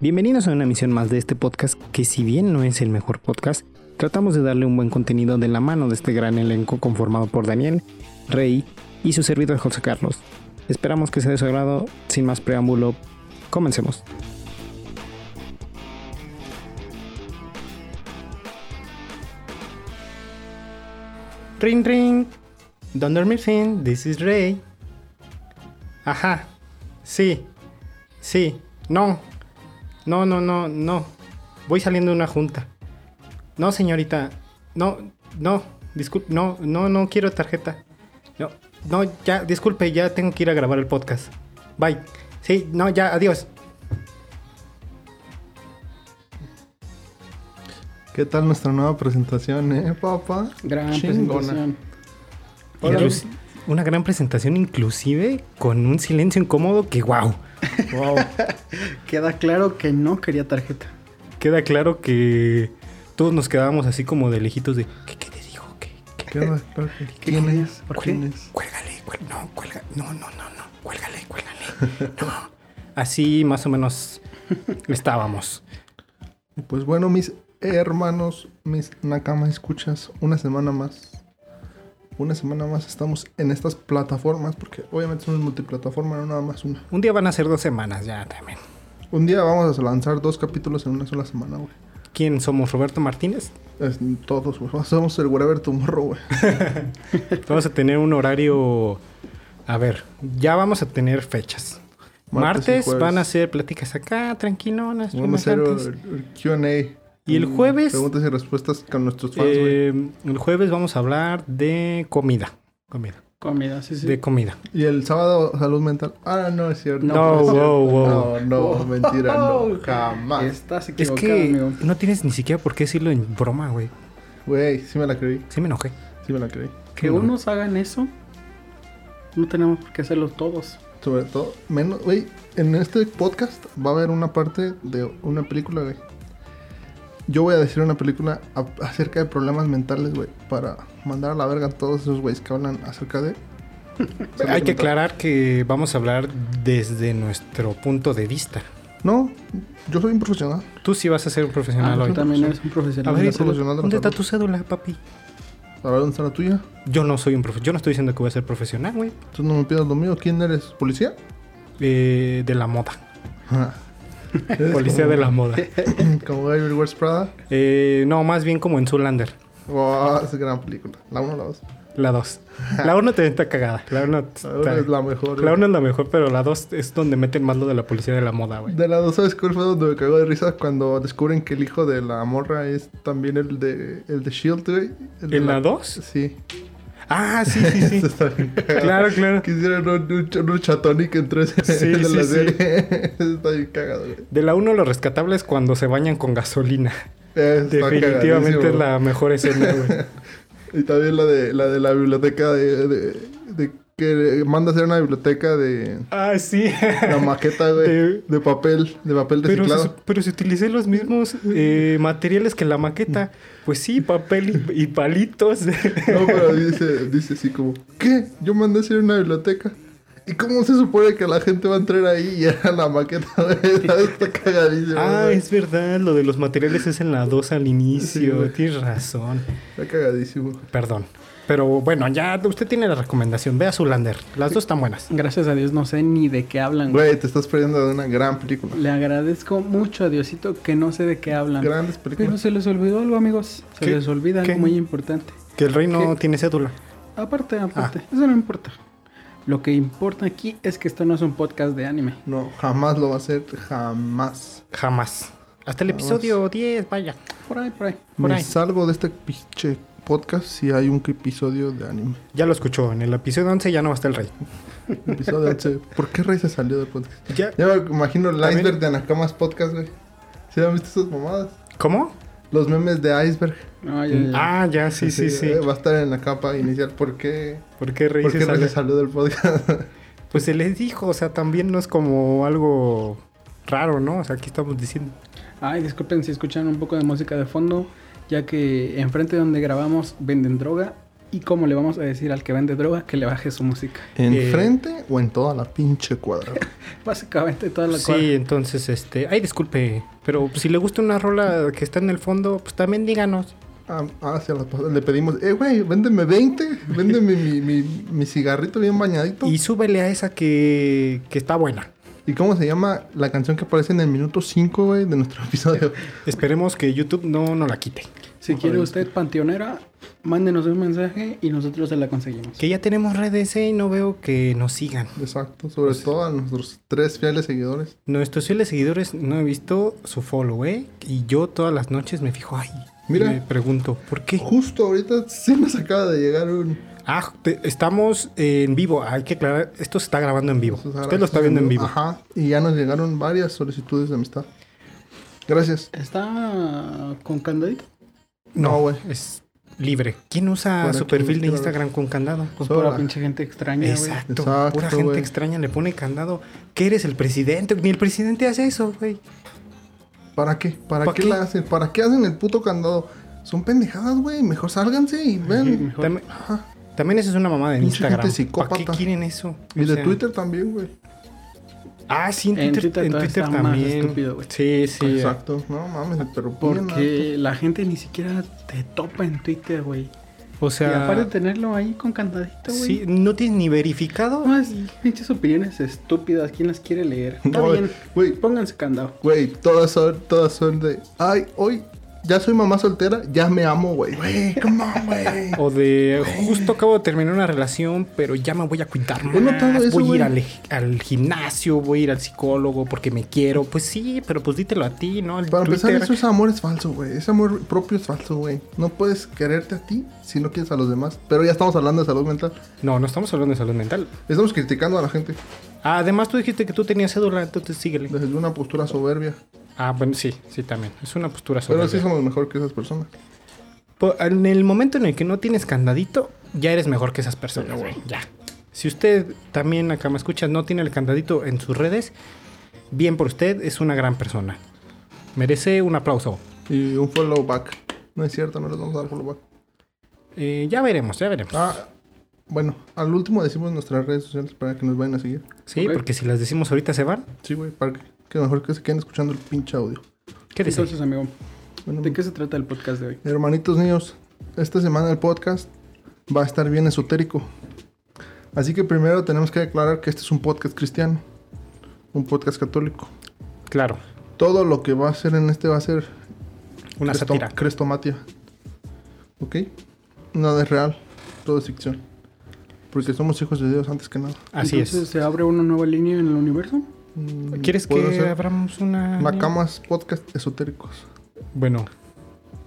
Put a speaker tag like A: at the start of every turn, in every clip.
A: Bienvenidos a una emisión más de este podcast que si bien no es el mejor podcast, tratamos de darle un buen contenido de la mano de este gran elenco conformado por Daniel, Rey y su servidor José Carlos. Esperamos que sea de su agrado, sin más preámbulo, comencemos. Ring ring, don't dormir fin, this is Rey. Ajá, sí, sí, no, no, no, no, no, voy saliendo de una junta. No, señorita. No, no. Disculpe. No, no, no quiero tarjeta. No, no, ya, disculpe, ya tengo que ir a grabar el podcast. Bye. Sí, no, ya, adiós.
B: ¿Qué tal nuestra nueva presentación, eh, papá?
C: Gran
B: Chingona.
C: presentación.
B: Hola.
A: Inclus- Una gran presentación, inclusive con un silencio incómodo que, wow. Wow.
C: Queda claro que no quería tarjeta.
A: Queda claro que todos nos quedábamos así como de lejitos de. ¿Qué, qué te dijo? ¿Qué? qué?
B: ¿Qué onda? ¿Quién es?
C: ¿Por
B: ¿Quién
C: qué?
B: es?
A: Cuélgale, cuél- no, cuelga, no, no, no, no, cuélgale, cuélgale. No. Así más o menos estábamos.
B: Pues bueno, mis hermanos, mis Nakama escuchas, una semana más. Una semana más estamos en estas plataformas, porque obviamente somos multiplataforma, no nada más una.
A: Un día van a ser dos semanas ya también.
B: Un día vamos a lanzar dos capítulos en una sola semana, güey.
A: ¿Quién somos? ¿Roberto Martínez?
B: Es- todos, güey. Somos el Whatever Tomorrow, güey.
A: Vamos a tener un horario. A ver, ya vamos a tener fechas.
B: Martes y
A: Martes,
B: jueves.
A: van a ser pláticas acá, tranquilonas,
B: Vamos a hacer
A: relajantes.
B: el, el QA.
A: Y el jueves,
B: Mm, Preguntas y respuestas con nuestros fans, güey.
A: eh, el jueves vamos a hablar de comida. Comida.
C: Comida, sí, sí.
A: De comida.
B: Y el sábado, salud mental. Ah, no, es cierto.
A: No,
B: es
A: wow,
B: cierto.
A: wow.
B: No, no,
C: Wow.
B: mentira, no. Jamás.
C: Ah, Estás
A: Es
C: equivocado,
A: que
C: amigo.
A: no tienes ni siquiera por qué decirlo en broma, güey.
B: Güey, sí me la creí.
A: Sí me enojé.
B: Sí me la creí.
C: Que
A: no.
C: unos hagan eso, no tenemos por qué hacerlo todos.
B: Sobre todo, menos. Güey, en este podcast va a haber una parte de una película, güey. Yo voy a decir una película a- acerca de problemas mentales, güey. Para mandar a la verga a todos esos güeyes que hablan acerca de.
A: Hay que aclarar que vamos a hablar desde nuestro punto de vista.
B: No, yo soy un profesional.
A: Tú sí vas a ser un
C: Ah,
A: profesional
C: tú
A: hoy.
C: también eres un
A: A
C: profesional.
A: ver,
B: Una solución,
A: ¿dónde está
B: otra
A: tu cédula, papi?
B: A ver, ¿dónde está la tuya?
A: Yo no soy un profesional. Yo no estoy diciendo que voy a ser profesional, güey.
B: Tú no me pidas lo mío. ¿Quién eres? ¿Policía?
A: Eh, de la moda.
B: Eres
A: Policía
B: como-
A: de la moda.
B: Como Gabriel West Prada.
A: Eh, no, más bien como en Zoolander.
B: Oh, es gran película. La 1 la 2.
A: La 2. La 1 te está cagada. La 1
B: La 1 es la mejor. güey.
A: es la mejor, pero la 2 es donde meten más lo de la policía de la moda, güey.
B: De la 2, ¿sabes cuál fue donde me cagó de risa? Cuando descubren que el hijo de la morra es también el de, el de Shield, güey. El de
A: ¿En la 2?
B: Sí.
A: Ah, sí, sí,
B: Eso
A: sí.
B: está bien cagado.
A: claro, claro.
B: Quisieron un, un, ch- un chatón y que entró ese
A: Sí,
B: de
A: sí,
B: la
A: sí.
B: serie. Eso está bien cagado, güey.
A: De la 1 lo rescatable es cuando se bañan con gasolina.
B: Eso Este está
A: Definitivamente es
B: cagadísimo.
A: la mejor escena, güey.
B: Y también la de la, de la biblioteca de, de, de que manda a hacer una biblioteca de
A: Ah, sí.
B: la maqueta, güey.
A: De-
B: De, papel, de papel
A: Pero se,
B: reciclado.
A: pero se utilicé los mismos eh, materiales que la maqueta. Pues sí, papel y, y palitos.
B: No, pero dice, dice así como, ¿qué? Yo mandé a hacer una biblioteca. ¿Y cómo se supone que la gente va a entrar ahí y era la maqueta? güey? Está cagadísimo.
A: Ah,
B: güey.
A: es verdad, lo de los materiales es en la 2 al
B: Sí,
A: inicio,
B: güey.
A: tienes razón.
B: Está cagadísimo.
A: Perdón. Pero bueno, ya usted tiene la recomendación, vea Zulander, las dos están buenas.
C: Gracias a Dios no sé ni de qué hablan. güey.
B: Güey, te estás perdiendo de una gran película.
C: Le agradezco mucho a Diosito que no sé de qué hablan.
B: Grandes
C: Pero
B: películas.
C: se les olvidó algo, amigos. Se
A: ¿Qué?
C: les olvida
A: ¿Qué?
C: algo muy importante.
A: Que el rey no tiene cédula.
C: Aparte, aparte. Eso no importa. Lo que importa aquí es que esto no es un podcast de anime.
B: No, jamás lo va a hacer. Jamás.
A: Jamás. Hasta el
B: Vamos.
A: episodio 10, vaya.
C: Por ahí, por ahí.
A: Por
B: Me
A: ahí.
B: salgo de este pinche podcast si hay un episodio de anime.
A: Ya lo escuchó, en el episodio 11 ya no va a estar el rey.
B: Episodio 11. ¿Por qué Rey se salió del podcast?
A: Ya-
B: Ya me imagino el
A: También-
B: iceberg de Anakamas Podcast, güey. ¿Sí han visto esas mamadas?
A: ¿Cómo?
B: Los memes de iceberg.
C: No, ya, ya.
A: Ah, ya, sí, sí, sí.
B: eh, Va a estar en la capa inicial. ¿Por qué?
A: ¿Por qué rey
B: ¿Por
A: se
B: qué no
A: sale?
B: se salió del podcast?
A: Pues se les dijo, o sea, también no es como algo raro, ¿no? O sea, aquí estamos diciendo.
C: Ay, disculpen si escuchan un poco de música de fondo, ya que enfrente de donde grabamos venden droga y cómo le vamos a decir al que vende droga que le baje su música.
B: ¿Enfrente o en toda la pinche cuadra?
C: Básicamente toda la cuadra.
A: Sí, entonces, este. Ay, disculpe. Pero si le gusta una rola que está en el fondo, pues también díganos.
B: Ah, ah, sí, a las pas- le pedimos, eh, güey, véndeme 20, véndeme mi, mi, mi cigarrito bien bañadito.
A: Y
B: ¿Y,
A: súbele a esa que, que está buena.
B: cómo se llama la canción que aparece en el minuto 5, güey, de nuestro episodio?
A: Esperemos que YouTube no, no la quite.
C: Si quiere usted panteonera, mándenos un mensaje y nosotros se la conseguimos.
A: Que ya tenemos redes eh, y no veo que nos sigan.
B: Exacto, sobre todo a nuestros tres fieles seguidores.
A: Nuestros fieles seguidores no he visto su follow, ¿eh? Y yo todas las noches me fijo, ay,
B: Mira.
A: me pregunto, ¿por qué?
B: Justo ahorita sí nos acaba de llegar un...
A: Ah, te- estamos en vivo, hay que aclarar, esto se está grabando en vivo. Usted lo está viendo en vivo.
B: Ajá, y ya nos llegaron varias solicitudes de amistad. Gracias.
C: ¿Está con candadito?
B: No, güey.
A: es libre. ¿Quién usa
B: Bueno,
A: su
B: ¿quién
A: perfil de
B: quiere
A: Instagram con candado?
C: Pues
B: Sola.
C: pura pinche gente extraña, güey.
A: Exacto,
B: Exacto,
A: pura gente
B: güey.
A: extraña le pone candado. ¿Qué eres el presidente? Ni el presidente hace eso, güey.
B: ¿Para qué? ¿Para,
A: ¿Pa
B: qué,
A: qué?
B: la hacen? ¿Para qué hacen el puto candado? Son pendejadas, güey. Mejor sálganse y ven.
C: Mejor.
A: También,
B: Ajá.
A: también eso es una mamada de
B: Pinche gente
A: Instagram. ¿Para qué
B: psicópata.
A: quieren eso?
B: Y
A: O
B: de
A: sea,
B: Twitter también, güey.
A: Ah, sí, en
C: En
A: Twitter,
C: Twitter
A: en
C: todavía
A: Twitter
C: está más
A: también.
C: estúpido, güey.
A: sí, sí.
B: Exacto. No mames, pero bien
C: Porque la gente ni siquiera te topa en Twitter, güey.
A: O
C: y
A: sea,
C: aparte de tenerlo ahí con candadito, güey.
A: sí, no tienes ni verificado.
C: Más pinches opiniones estúpidas, ¿quién las quiere leer? Está
B: No,
C: bien,
B: güey.
C: pónganse candado.
B: Güey, todas son, todas son de. Ay, hoy ya soy mamá soltera, ya me amo, güey. Güey, come on, güey.
A: O de justo acabo de terminar una relación, pero ya me voy a cuidar más.
B: He notado eso,
A: voy a ir
B: güey.
A: al, ej- al gimnasio, voy a ir al psicólogo porque me quiero. Pues sí, pero pues dítelo a ti, ¿no? El
B: Para empezar,
A: Twitter.
B: eso es amor es falso, güey. Ese amor propio es falso, güey. No puedes quererte a ti si no quieres a los demás. Pero ya estamos hablando de salud mental.
A: No, no estamos hablando de salud mental.
B: Estamos criticando a la gente
A: Además, tú dijiste que tú tenías cédula, entonces síguele.
B: desde una postura soberbia.
A: Ah, bueno, sí, sí, también. Es una postura
B: Pero
A: soberbia.
B: sí somos mejor que esas personas.
A: Po- En el momento en el que no tienes candadito, ya eres mejor que esas personas, güey. Ya. Si usted también acá me escucha, no tiene el candadito en sus redes, bien por usted, es una gran persona. Merece un aplauso.
B: Y un follow back. No es cierto, no les vamos a dar follow back.
A: Eh, ya veremos, ya veremos.
B: Ah, bueno, al último decimos nuestras redes sociales para que nos vayan a seguir.
A: sí,
C: ok.
A: porque si las decimos ahorita se van.
B: Sí, güey, para que, que mejor que se queden escuchando el pinche audio.
A: ¿Qué dice?
C: Entonces, amigo,
B: Bueno,
C: ¿de qué se trata el podcast de hoy?
B: hermanitos niños, esta semana el podcast va a estar bien esotérico. Así que primero tenemos que declarar que este es un podcast cristiano, un podcast católico.
A: Claro,
B: Todo lo que va a ser en este va a ser
A: una
B: cresto-
A: sátira.
B: crestomatia. ¿Ok? Nada es real, todo es ficción. Porque somos hijos de Dios antes que nada.
A: Así
C: Entonces, ¿se abre una nueva línea en el universo?
B: Mm,
A: es. ¿Quieres
B: ¿puedo
A: que
B: hacer
A: abramos una...
B: Macamas podcast esotéricos.
A: Bueno,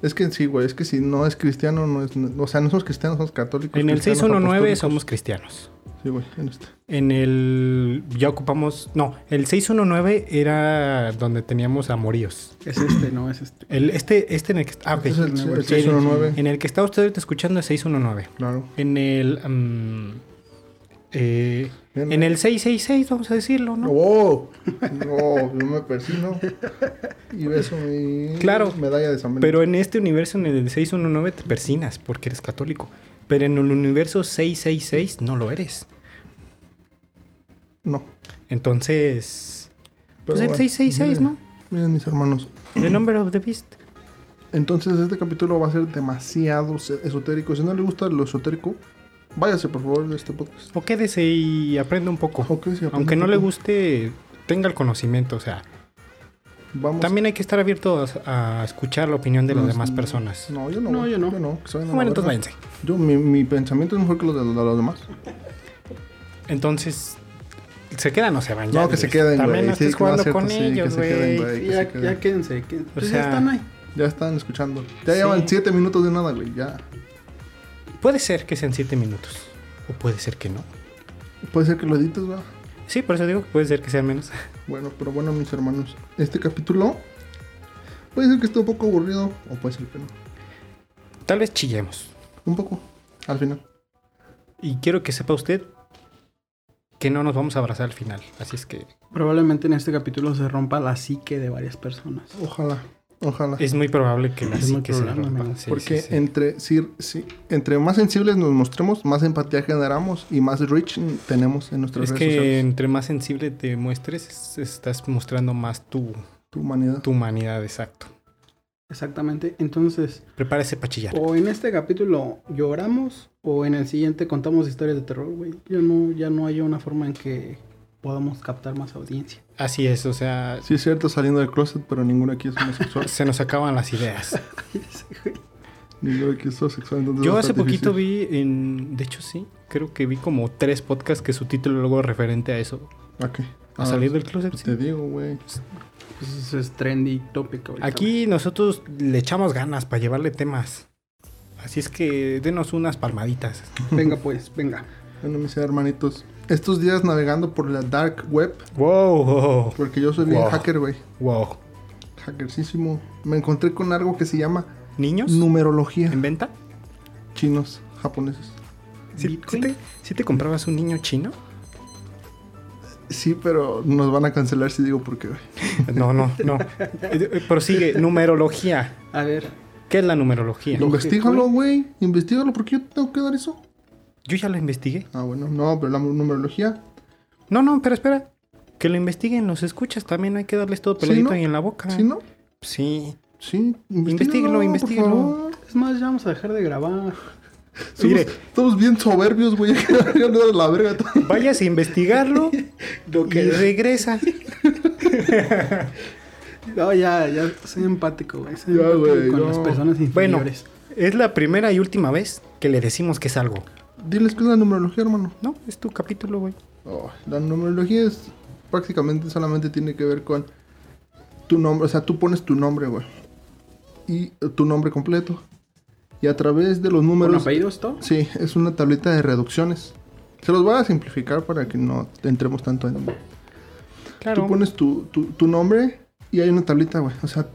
B: Es que sí, güey, es que si no es cristiano, no es. O sea, no somos cristianos, somos católicos.
A: en el
B: cristianos
A: 619
B: apostólicos.
A: somos cristianos.
B: Sí, güey, en este.
A: En el... Ya ocupamos... No, el 619 era donde teníamos amoríos.
C: Es este, no es este.
A: El, este, este en el que está. ah, ok.
B: Este es el, el
A: en,
B: 619.
A: en el que está usted ahorita escuchando es 619.
B: Claro.
A: En el. mm, eh,
B: Bien.
A: en el 666, vamos a decirlo, ¿no?
B: ¡Wow! ¡Oh! No, yo me persino. Y beso mi.
A: Claro.
B: Medalla de San Benito.
A: Pero en este universo, en el 619, te persinas porque eres católico. Pero en el universo 666 no lo eres.
B: No.
A: Entonces.
B: Pero
A: pues el
B: bueno,
A: 666,
B: miren,
A: ¿no?
B: Miren, mis hermanos.
A: The Number of the Beast.
B: Entonces, este capítulo va a ser demasiado se- esotérico. Si no le gusta lo esotérico, váyase, por favor, de este podcast.
A: O quédese y aprenda un poco.
B: Ok, sí, aprende
A: Aunque no
B: un
A: le
B: poco.
A: guste, tenga el conocimiento. O sea,
B: Vamos.
A: también hay que estar abiertos a escuchar la opinión de las
B: No,
A: demás
B: no,
A: personas.
B: No, yo no.
C: No,
B: güey.
C: yo no.
B: Yo no. que se vayan a la
A: Bueno, entonces
B: verga.
A: váyanse.
B: Yo, mi, mi pensamiento es mejor que los de, de los demás.
A: Entonces, ¿se quedan o se van?
B: no, que se queden, güey.
A: También no
B: Sí,
A: estés
B: que no
A: jugando
B: es
A: con
B: cierto, sí,
A: ellos,
B: que se queden,
A: güey.
B: güey, que se
C: Ya,
B: queden.
C: ya quédense, quédense. Pues
A: sea-
C: ya están ahí.
B: Ya están escuchando. Ya
A: Sí.
B: llevan 7 minutos de nada, güey. Ya.
A: Puede ser que sean siete minutos. O puede ser que no.
B: Puede ser que lo edites, va.
A: Sí, por eso digo que puede ser que sean menos.
B: Bueno, pero bueno, mis hermanos. Este capítulo puede ser que esté un poco aburrido o puede ser que no.
A: Tal vez chillemos.
B: Un poco, al final.
A: Y quiero que sepa usted que no nos vamos a abrazar al final. Así es que
C: Probablemente en este capítulo se rompa la psique de varias personas.
B: Ojalá. Ojalá.
A: Es muy probable que la
C: Es muy
A: que se la
C: probable,
A: rompa.
C: amigo.
A: Sí,
B: Porque
A: sí, sí.
B: Entre, sí, sí, entre más sensibles nos mostremos, más empatía generamos y más reach tenemos en nuestras
A: Es
B: redes
A: que
B: sociales.
A: entre más sensible te muestres, es- estás mostrando más tu,
B: Tu humanidad.
A: tu humanidad, exacto.
C: Exactamente. Entonces,
A: Prepárese para chillar.
C: o en este capítulo lloramos o en el siguiente contamos historias de terror, güey. Ya no, ya no hay una forma en que podamos captar más audiencia.
A: Así es, o sea,
B: Sí, es cierto, saliendo del closet, pero ninguno aquí es homosexual.
A: se nos acaban las ideas.
B: ninguno aquí es homosexual. Entonces
A: Yo
B: va a
A: hace
B: estar
A: poquito
B: difícil.
A: vi en. De hecho, sí, creo que vi como tres podcasts que su título luego referente a eso.
B: ¿A qué?
A: A
B: Ah,
A: salir del closet. sí.
B: Te digo, güey.
C: Pues eso es trendy tópico. ahorita, güey.
A: Aquí nosotros le echamos ganas para llevarle temas. Así es que denos unas palmaditas.
C: Venga, pues, venga.
B: Bueno, mis hermanitos. Estos días navegando por la dark web,
A: Wow, wow,
B: porque yo soy bien
A: Wow.
B: hacker, güey.
A: wow.
B: Hackercísimo. Me encontré con algo que se llama
A: ¿Niños?
B: numerología.
A: ¿En venta?
B: Chinos, japoneses.
A: ¿Sí, sí
C: Bitcoin.
A: te, sí te comprabas un niño chino?
B: Sí, pero nos van a cancelar si digo por qué, güey.
A: No, no, no. Eh, eh, Prosigue, numerología.
C: A ver,
A: ¿Qué es la numerología?
C: Lo-
B: Investígalo, güey. Investígalo, ¿por qué yo tengo que dar eso?
A: Yo ya lo investigué.
B: Ah, bueno, no, pero la numerología.
A: No, no, pero espera. Que lo investiguen los escuchas. También no hay que darles todo
B: Sí,
A: peladito
B: ¿no?
A: ahí en la boca.
B: ¿Sí, no?
A: Sí.
B: Sí,
A: Investíguelo,
B: por
A: investíguelo.
B: favor.
C: es más, ya vamos a dejar de grabar.
B: Somos,
A: Mire.
B: estamos bien soberbios, güey. Ya no la verga. todo.
A: Vayas a investigarlo
C: Lo
A: y regresa.
C: No, ya, ya, soy empático, güey. Soy
B: Ya,
C: empático
B: güey,
C: con
B: no.
C: las personas
A: Bueno,
C: inferiores.
A: es la primera y última vez que le decimos que es algo.
B: Diles que es la numerología, hermano.
A: No, es tu capítulo, güey.
B: Oh, la numerología es prácticamente solamente tiene que ver con tu nombre, o sea, tú pones tu nombre, güey. Y eh, tu nombre completo. Y a través de los
C: ¿Con
B: números.
C: apellidos todo?
B: Sí, es una tablita de reducciones. Se los voy a simplificar para que no entremos tanto en.
A: Claro.
B: Tú pones tu, tu- tu nombre y hay una tablita, güey. O sea,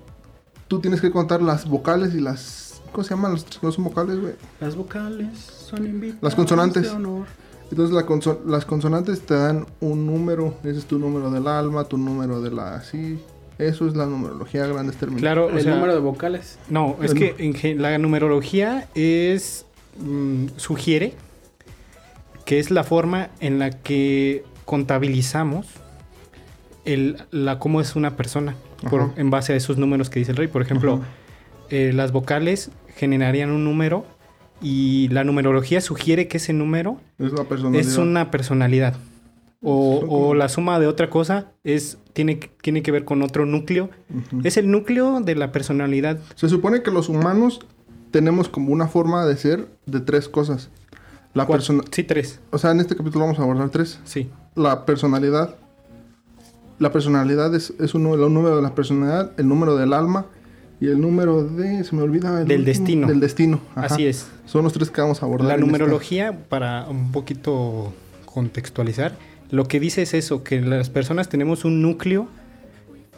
B: tú tienes que contar las vocales y las. ¿Cómo se llaman las que no son vocales, güey?
C: Las vocales son invitadas.
B: Las consonantes.
C: de honor.
B: Entonces la conso- las consonantes te dan un número, ese es tu número del alma, tu número de la así. Eso es la numerología a grandes términos.
A: Claro, o
C: El
A: sea,
C: número de vocales.
A: No, es
B: El-
A: que en gen- la numerología es. mm, sugiere que es la forma en la que contabilizamos el, la cómo es una persona por-
B: Ajá.
A: en base a esos números que dice el rey. Por ejemplo,
B: Ajá.
A: eh, las vocales generarían un número y la numerología sugiere que ese número
B: Es la personalidad.
A: es una personalidad. O,
B: Son
A: o
B: como-
A: la suma de otra cosa es, tiene, que- tiene que ver con otro núcleo.
B: Ujú.
A: Es el núcleo de la personalidad.
B: Se supone que los humanos tenemos como una forma de ser de tres cosas.
A: Cuat-
B: La Ah, persona,
A: Sí, tres.
B: o sea, en este capítulo vamos a abordar tres.
A: Sí.
B: La personalidad. La personalidad es, es un, nu- el número de la personalidad, el número del alma y el número de, se me olvida, el
A: Del destino.
B: Del destino. ajá.
A: Así es.
B: Son los tres que vamos a abordar.
A: La
B: en este esta-
A: numerología, para un poquito contextualizar, lo que dice es eso, que las personas tenemos un núcleo,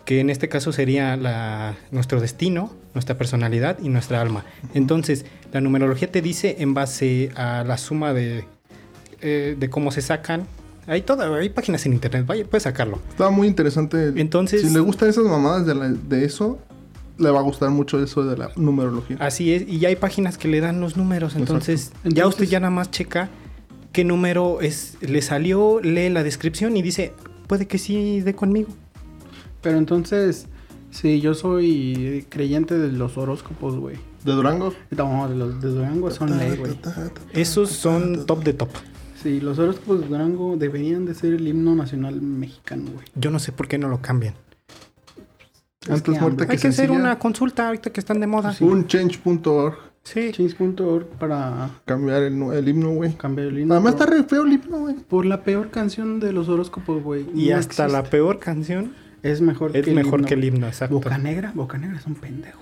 A: que en este caso sería la- nuestro destino, nuestra personalidad y nuestra alma. Entonces, la numerología te dice en base a la suma de, eh, de cómo se sacan. Hay, toda, hay páginas en internet, vaya, puedes sacarlo.
B: Estaba muy interesante.
A: Entonces-
B: si le gustan esas mamadas de, la- de eso, le va a gustar mucho eso de la numerología.
A: Así es, y ya hay páginas que le dan los números,
B: Exacto.
A: entonces, ya usted
C: Entonces-
A: ya nada más checa qué número es, le salió, lee la descripción y dice, puede que sí dé conmigo.
C: Pero entonces, si yo soy creyente de los horóscopos, güey.
B: De Durango.
C: No, de los de Durango son ley, güey.
A: Esos son top de top.
C: Sí, los horóscopos de Durango deberían de ser el himno nacional mexicano, güey.
A: Yo no sé por qué no lo cambian.
B: Antes
C: que
B: muerta
C: hambre.
B: que
A: hay que hacer
B: sencilla.
A: una consulta ahorita que están de moda. Sí.
B: Un change.org.
C: Change.org para
B: Cambiar el, nu- el himno, güey.
C: cambiar el himno.
B: Además
C: por,
B: está re feo el himno, güey.
C: por la peor canción de los horóscopos, güey.
A: Y
C: No
A: hasta la
C: existe.
A: peor canción
C: Es mejor
A: es mejor que el himno, exacto.
C: Boca Negra, Boca Negra es un pendejo.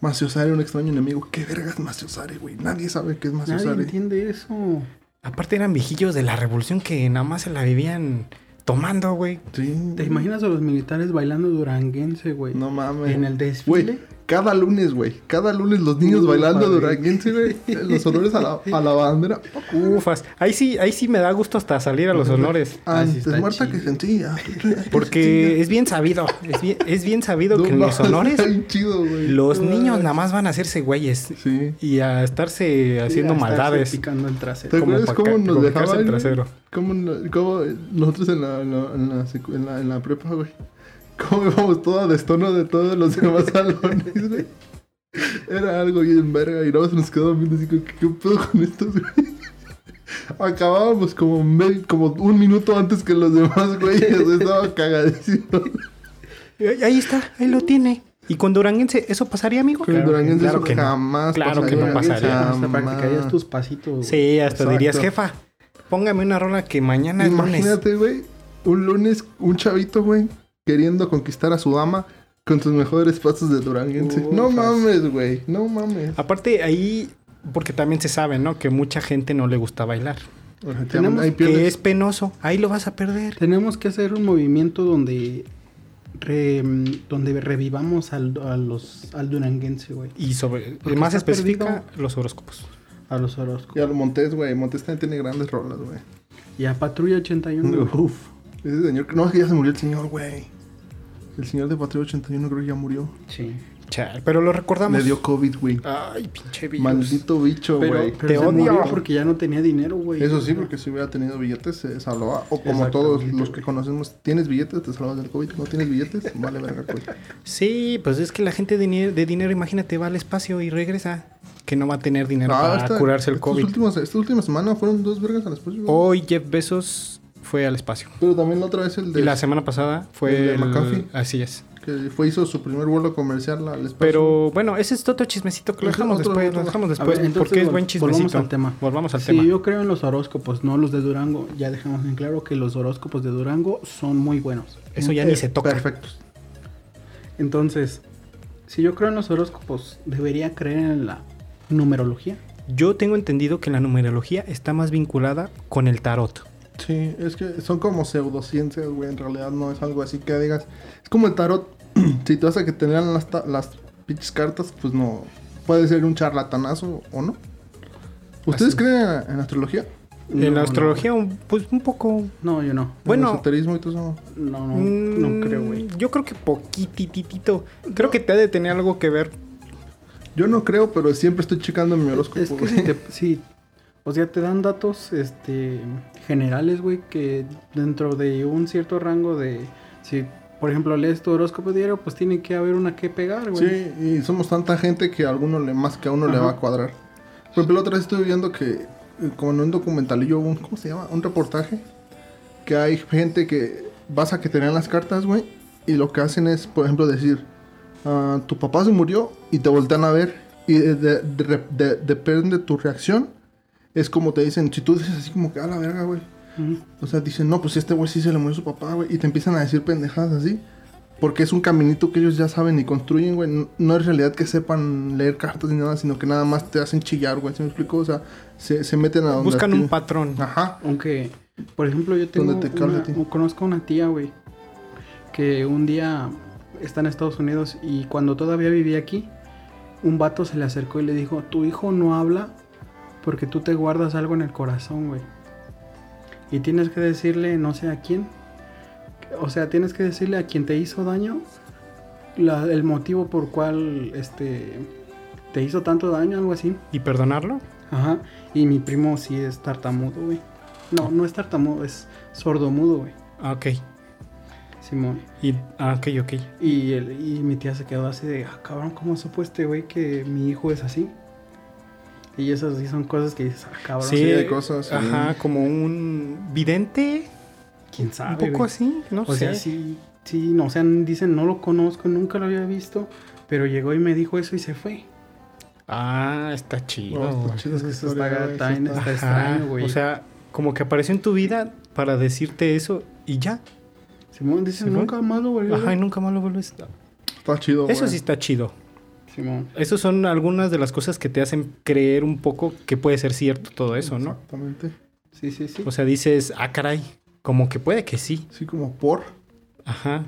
B: Maciosare, un extraño enemigo. ¿Qué vergas Maciosare, güey? Nadie sabe qué es
C: Nadie
B: Maciosare.
C: entiende eso.
A: Aparte eran viejillos de la revolución que nada más se la vivían tomando, güey.
B: Sí.
C: ¿Te imaginas a los militares bailando duranguense, güey?
B: No mames.
C: En el desfile.
B: Güey, Cada lunes, güey. Cada lunes los niños
C: Ufa,
B: bailando
C: güey.
B: duranguense, güey. Los honores a la, a la bandera.
A: Ufas. Ahí sí, ahí sí me da gusto hasta salir a los honores.
C: Ah, sí
B: Antes
C: está
B: muerta que
C: chido.
B: sencilla.
A: Porque es bien sabido. Es bien, es bien sabido que en
B: Este, No,
A: los honores
B: Está bien chido, güey.
A: los niños nada más van a hacerse güeyes.
B: Sí.
A: Y a estarse haciendo
C: Sí, a estarse
A: maldades.
C: Picando el
B: ¿Te
C: trasero.
A: Como
B: acuerdas
A: pa'
B: cómo
A: ca-
B: nos
A: como picarse
B: dejaban?
A: el
B: güey?
A: trasero.
B: ¿Cómo, no- cómo nosotros en la, en la, en la, secu- en la- en la prepa, güey? ¿Cómo íbamos todo a destono de todos los demás salones, güey? Era algo bien verga y nada más nos quedamos viendo así como, ¿qué, qué pedo con estos, güey? Acabábamos como, me- como un minuto antes que los demás, güey. Estaba cagadísimo.
A: Eh, Ahí está, ahí lo tiene. ¿Y con Duranguense eso pasaría, amigo?
B: Con el
C: Claro que-
B: Duranguense
A: claro
B: eso
A: que no.
B: jamás
A: Claro que
C: Pero
A: no
C: bien,
A: pasaría.
C: sí, Hasta
B: Jamás.
C: practicarías tus pasitos. güey.
A: Sí, hasta
B: Exacto.
A: dirías, jefa, póngame una rola que mañana es lunes.
B: Imagínate, güey, un lunes, un chavito, güey, queriendo conquistar a su dama con tus mejores pasos de duranguense.
C: Ufas.
B: no mames, güey, no mames.
A: Aparte, ahí, porque también se sabe, ¿no? Que mucha gente no le gusta bailar.
B: O sea, te-
C: Ah, tenemos
B: ahí
C: que
A: Que
B: pierdes.
A: es penoso. Ahí lo vas a perder.
C: Tenemos que hacer un movimiento donde re- mm, donde revivamos al, a los, al duranguense, güey.
A: Y sobre,
C: Porque
A: más
C: estás
A: específica,
C: perdido.
A: los horóscopos.
C: A los Orozco.
B: Y a lo Montes, güey, Montes también tiene grandes rolas, güey.
C: Y a Patrulla 81. güey.
B: Uf. Ese señor, no, es que ya se murió el señor, güey. El señor de Patria 81 creo que ya murió.
C: Sí.
A: Chale, pero lo recordamos.
B: Le dio COVID, güey.
A: Ay, pinche virus.
B: Maldito bicho,
C: Ah, Pero,
B: güey.
C: pero
A: Te
C: se
A: odio.
C: murió porque ya no tenía dinero, güey.
B: Eso sí, porque si hubiera tenido billetes se salvaba. O como
C: Exactamente,
B: todos los que
C: güey.
B: conocemos, tienes billetes, te salvas del COVID. No tienes billetes, vale verga, güey.
A: Sí, pues es que la gente de, ni- de dinero, imagínate, va al espacio y regresa. Que no va a tener dinero
B: Ah,
A: para
B: esta-
A: curarse el
B: estos
A: COVID. Oh.
B: últimos- esta última semana fueron dos vergas al espacio. güey.
A: Hoy Jeff Bezos fue al espacio.
B: Pero también la otra vez el
A: Y
B: de.
A: la semana pasada
B: ¿El
A: fue
B: de
A: el-
B: McAfee?
A: Así es.
B: Que fue, hizo su primer vuelo comercial al espacio.
A: Pero bueno, ese es otro chismecito que lo
B: Otro-
A: dejamos
B: otro-
A: después,
B: otro.
A: lo dejamos
C: A ver,
A: después
C: entonces
A: Pues, porque es
C: vol-
A: buen chismecito.
C: Volvamos al tema.
A: Volvamos al
C: sí,
A: tema.
C: yo creo en los horóscopos, no los de Durango. Ya dejamos en claro que los horóscopos de Durango son muy buenos.
A: Eso ya
B: Eh,
A: ni se toca.
B: Perfectos.
C: Entonces, si yo creo en los horóscopos, ¿debería creer en la numerología?
A: Yo tengo entendido que la numerología está más vinculada con el tarot.
B: Sí, es que son como pseudociencias, güey. En realidad no es algo así que digas. Es como el tarot. si te vas a que tenían las, ta- las pinches cartas, pues no. Puede ser un charlatanazo o no. ¿Ustedes
A: Así.
B: creen en, en astrología?
A: en
C: No,
A: la astrología, un- pues un poco.
C: No, no, yo no.
A: Bueno.
B: ¿En esoterismo y todo eso?
C: No, no,
A: mm,
C: no creo, güey.
A: Yo creo que poquititito. Creo que te ha de tener algo que ver.
B: Yo no creo, pero siempre estoy checando mi horóscopo.
C: Es que
B: güey.
C: si te, si- o sea, te dan datos este, generales, güey, que dentro de un cierto rango de... Si, por ejemplo, lees tu horóscopo diario, pues tiene que haber una que pegar, güey.
B: Sí, y somos tanta gente que a alguno le, más que a uno le
C: Ajá.
B: va a cuadrar. Por ejemplo, la otra vez estuve viendo que, eh, como en un documentalillo, un, ¿cómo se llama? Un reportaje, que hay gente que vas a que tenían las cartas, güey, y lo que hacen es, por ejemplo, decir, ah, tu papá se murió y te voltean a ver, y de- de- de- de- depende de tu reacción, es como te dicen, si tú dices así como que a la verga, güey,
C: Ujú.
B: o sea, dicen, no, pues este güey sí se le murió su papá, güey. Y te empiezan a decir pendejadas así. Porque es un caminito que ellos ya saben y construyen, güey. No, no es realidad que sepan leer cartas ni nada, sino que nada más te hacen chillar, güey. ¿Se me explico? O sea, se, se meten a Ah. donde.
A: Buscan un
B: patrón.
A: patrón.
B: Ajá.
C: Aunque, por ejemplo, yo tengo
B: ¿Dónde te cabe
C: una-
B: a ti?
C: o conozco a una tía, güey, que un día está en Estados Unidos y cuando todavía vivía aquí, un vato se le acercó y le dijo, tu hijo no habla porque tú te guardas algo en el corazón, güey. Y tienes que decirle, no sé a quién, o sea, tienes que decirle a quien te hizo daño la- el motivo por cual, este, te hizo tanto daño, algo así.
A: ¿Y perdonarlo?
C: Ajá. Y mi primo sí es tartamudo, güey. No, no es tartamudo, es sordomudo, güey.
A: Ah, ok.
C: Simón.
A: Y, ah, ok, ok.
C: Y, él- y mi tía se quedó así de, ah, cabrón, ¿cómo supo este güey que mi hijo es así? Y esas sí son cosas que dices, ah, cabrón.
A: Sí,
B: sí, hay cosas, sí.
A: Ajá, como un vidente.
C: ¿Quién sabe?
A: un poco
C: güey?
A: así, no
C: O
A: sé.
C: sea, sí, sí, no, o sea, dicen, no lo conozco, nunca lo había visto, pero llegó y me dijo eso y se fue.
A: Ah, está chido.
B: No, está
A: güey.
B: chido esa
C: Eso
B: historia,
C: está
B: güey,
C: tan-
B: sí está-
C: está-
A: Ajá,
C: extraño, güey.
A: O sea, como que apareció en tu vida para decirte eso y ya.
C: Simón dice,
A: ¿Se fue?
C: nunca más lo volvió. a ver".
A: Ajá, y nunca más lo vuelves. a-
B: Está chido,
A: Eso
B: güey.
A: sí está chido.
C: Simón.
A: Esas son algunas de las cosas que te hacen creer un poco que puede ser cierto todo eso, ¿no?
B: Exactamente.
C: Sí, sí, sí.
A: O sea, dices, ah, caray, como que puede que sí.
B: Sí, como por.
A: Ajá.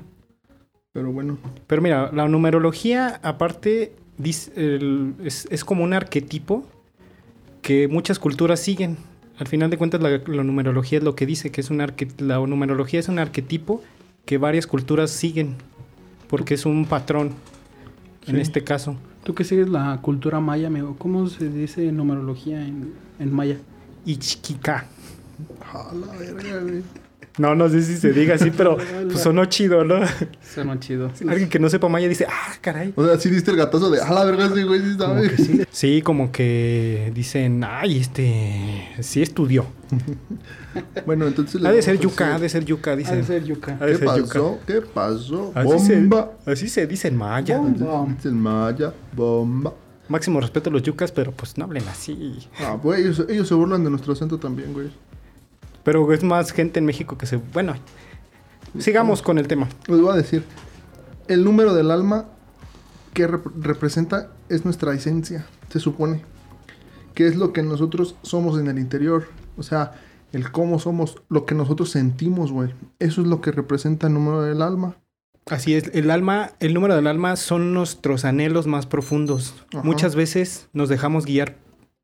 B: Pero bueno,
A: Pero mira, la numerología aparte dis- el- es, es como un arquetipo que muchas culturas siguen. Al final de cuentas la, la numerología es lo que dice, que es un arque- la numerología es un arquetipo que varias culturas siguen, porque es un patrón en
C: Sí.
A: este caso.
C: Tú que sigues la cultura maya, amigo, ¿cómo se dice numerología en, en maya?
A: Ichkika.
B: a la verga, güey.
A: No, no sé si se diga así, pero pues, sonó chido, ¿no?
C: Suena chido.
A: Alguien que no sepa maya dice, ah, caray.
B: O sea, sí diste el gatazo de a la verga, sí, güey, sí
A: Como
B: sabe.
A: que sí. Sí, como que dicen, ay, este, sí estudió.
B: Bueno, entonces.
A: Ha de
B: les
A: ser
B: vamos a
A: yuca, ha
B: hacer-
A: de ser yuca,
C: Ha
A: dicen.
C: de ser yuca.
A: ha de
B: ¿Qué
A: ser yuca.
B: pasó? ¿Qué pasó?
A: Así se,
B: Bomba.
A: así se dice en maya.
C: Bomba.
B: Dice el maya, bomba.
A: Máximo respeto a los yucas, pero pues no hablen así.
B: Ah, güey, ellos, ellos se burlan de nuestro acento también, güey.
A: Pero es más gente en México que se... Bueno, sigamos con el tema.
B: Les voy a decir, el número del alma que rep- representa es nuestra esencia, se supone. Que es lo que nosotros somos en el interior. O sea, el cómo somos, lo que nosotros sentimos, güey. Eso es lo que representa el número del alma.
A: Así es, el alma, el número del alma son nuestros anhelos más profundos.
B: Ajá.
A: Muchas veces nos dejamos guiar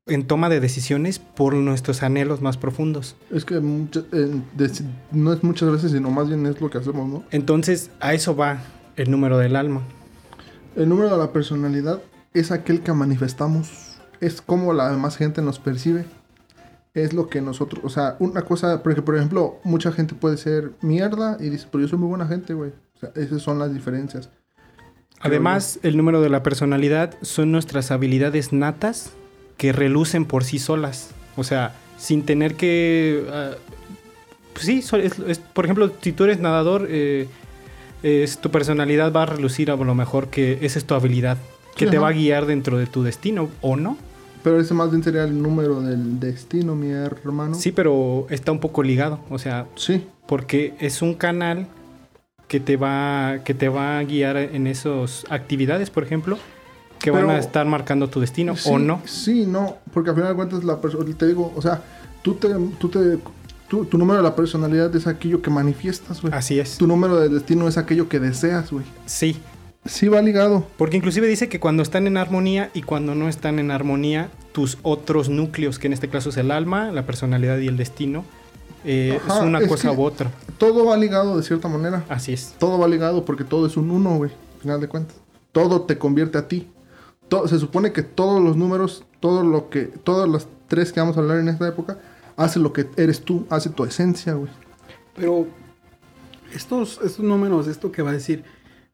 A: en toma de decisiones por nuestros anhelos más profundos.
B: Es que mucha- eh, des- no es muchas veces, sino más bien es lo que hacemos, ¿no?
A: Entonces, a eso va el número del alma.
B: El número de la personalidad es aquel que manifestamos. Es como la demás gente nos percibe. Es lo que nosotros, o sea, una cosa, porque por ejemplo, mucha gente puede ser mierda y dice, pero yo soy muy buena gente, güey. O sea, esas son las diferencias.
A: Además, el número de la personalidad son nuestras habilidades natas que relucen por sí solas. O sea, sin tener que... ah, pues sí, so- es- es- por ejemplo, si tú eres nadador, eh, es- tu personalidad va a relucir a lo mejor que esa es tu habilidad, que
B: Sí,
A: te
B: ajá.
A: va a guiar dentro de tu destino, ¿o no?
B: Pero ese más bien sería el número del destino, mi hermano.
A: Sí, pero está un poco ligado. O sea,
B: Sí,
A: porque es un canal que te va que te va a guiar en esas actividades, por ejemplo, que van
B: Pero-
A: a estar marcando tu destino
B: Sí,
A: o no.
B: Sí, no, porque al final de cuentas la persona, te digo, o sea, tú te, tú te, tú- tu número de la personalidad es aquello que manifiestas, güey.
A: Así es.
B: Tu número de destino es aquello que deseas, güey.
A: Sí,
B: Sí va ligado.
A: porque inclusive dice que cuando están en armonía y cuando no están en armonía, tus otros núcleos, que en este caso es el alma, la personalidad y el destino, eh,
B: Ajá,
A: es una
B: es
A: cosa
B: que-
A: u otra.
B: Todo va ligado de cierta manera.
A: Así es.
B: Todo va ligado porque todo es un uno, güey. Al final de cuentas. Todo te convierte a ti. To- se supone que todos los números, todo lo que, todas las tres que vamos a hablar en esta época, hace lo que eres tú, hace tu esencia, güey.
C: Pero estos, estos números, esto que va a decir,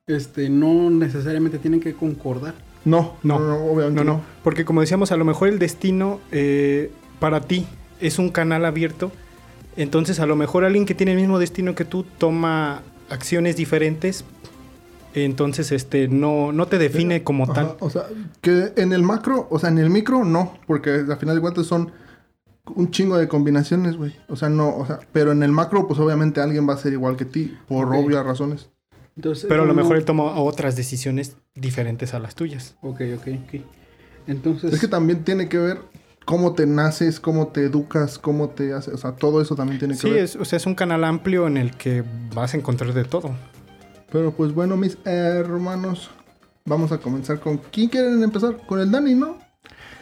C: este, no necesariamente tienen que concordar.
B: No, no,
A: No.
B: no,
A: No,
B: obviamente no.
A: no, porque como decíamos, a lo mejor el destino eh, para ti es un canal abierto. Entonces, a lo mejor alguien que tiene el mismo destino que tú toma acciones diferentes. Entonces, este, no, no te define como
B: Ajá,
A: tal.
B: O sea, que en el macro, o sea, en el micro no, porque al final de cuentas son un chingo de combinaciones, güey. O sea, no, o sea, pero en el macro, pues obviamente alguien va a ser igual que ti, por
C: Ok.
B: obvias razones.
C: Entonces,
A: Pero a lo
C: no-
A: mejor él toma otras decisiones diferentes a las tuyas.
C: Ok, ok, ok. Entonces,
B: Es que también tiene que ver cómo te naces, cómo te educas, cómo te haces, o sea, todo eso también tiene que
A: Sí,
B: ver.
A: es, o sea, es un canal amplio en el que vas a encontrar de todo.
B: Pero pues bueno, mis hermanos, vamos a comenzar con ¿quién quieren empezar? Con el Dani, ¿no?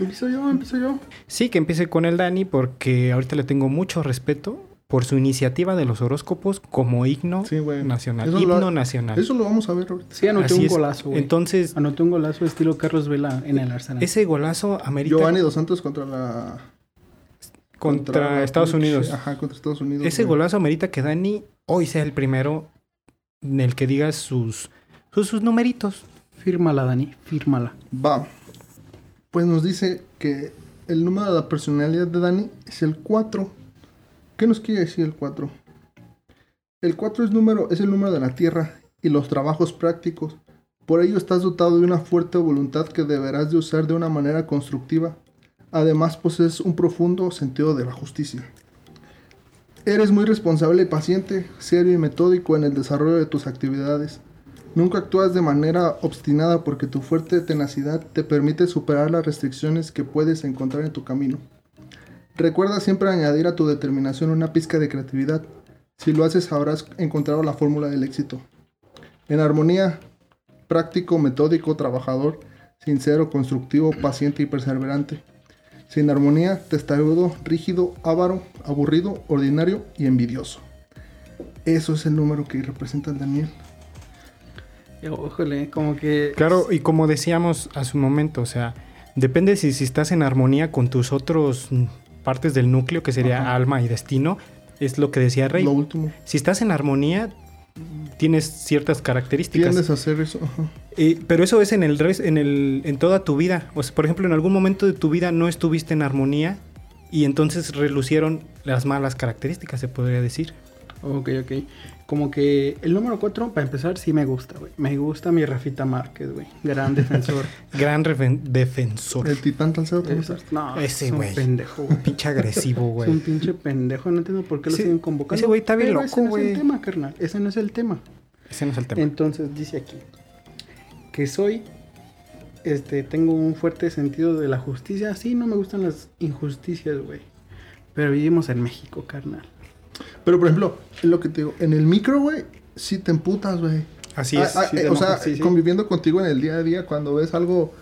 B: Empiezo yo, empiezo yo.
A: Sí, que empiece con el Dani porque ahorita le tengo mucho respeto por su iniciativa de los horóscopos como himno
B: Sí, güey.
A: nacional.
B: Eso lo
A: himno
B: ha-
A: nacional.
B: Eso lo vamos a ver ahorita.
C: sí anoté
A: Así
C: un
A: es.
C: golazo, güey. Ah.
A: Entonces,
C: Anoté un golazo estilo Carlos Vela en el Arsenal.
A: ese golazo amerita
B: Giovanni Dos Santos contra la
A: contra, Ah,
B: la
A: Estados
B: pinche-
A: Unidos.
B: Ajá, contra Estados Unidos.
A: Ese
B: güey.
A: golazo amerita que Dani hoy sea el primero en el que diga sus, sus, sus numeritos.
C: Fírmala, Dani, fírmala.
B: Va. Pues nos dice que el número de la personalidad de Dani es el 4. ¿Qué nos quiere decir el 4? El 4 es, número, es el número de la tierra y los trabajos prácticos. Por ello estás dotado de una fuerte voluntad que deberás de usar de una manera constructiva. Además posees un profundo sentido de la justicia. Eres muy responsable y paciente, serio y metódico en el desarrollo de tus actividades. Nunca actúas de manera obstinada porque tu fuerte tenacidad te permite superar las restricciones que puedes encontrar en tu camino. Recuerda siempre añadir a tu determinación una pizca de creatividad. Si lo haces habrás encontrado la fórmula del éxito. En armonía, práctico, metódico, trabajador, sincero, constructivo, paciente y perseverante. Sin armonía, testarudo, rígido, avaro, aburrido, ordinario y envidioso. Eso es el número que representa el Daniel.
C: Ójole, como que.
A: Claro, y como decíamos hace un momento, o sea, depende si, si estás en armonía con tus otros mm, partes del núcleo, que sería
B: Ajá.
A: alma y destino, es lo que decía Rey.
B: Lo último.
A: Si estás en armonía, tienes ciertas características.
B: Tiendes a hacer eso. ajá.
A: Eh, pero eso es en el res- en el en toda tu vida. O sea, por ejemplo, en algún momento de tu vida no estuviste en armonía y entonces relucieron las malas características, se podría decir.
C: Ok, ok. Como que el número 4, para empezar, sí me gusta, güey. Me gusta mi Rafita Márquez, güey. Gran defensor.
A: Gran refen- defensor.
B: El titán Salcedo te
C: Es-
B: gusta.
C: no,
A: Ese
C: es un
A: güey.
C: pendejo, güey.
A: Pinche agresivo,
C: Es un
A: güey.
C: pinche pendejo. No entiendo por qué lo
A: Ese-
C: siguen convocando.
A: ese güey está bien
C: Pero
A: loco,
C: Ese no es
A: güey.
C: el tema, carnal. Ese no es el tema.
A: Ese no es el tema.
C: Entonces dice aquí que soy, este, tengo un fuerte sentido de la justicia. Sí, no me gustan las injusticias, güey. Pero vivimos en México, carnal.
B: Pero por ejemplo, es lo que te digo, en el micro, güey, sí te emputas, güey.
A: Así
B: Ah,
A: es.
B: ah,
C: sí
B: eh,
C: te
B: o sea,
C: enojas, sí, sí.
B: conviviendo contigo en el día a día, cuando ves algo,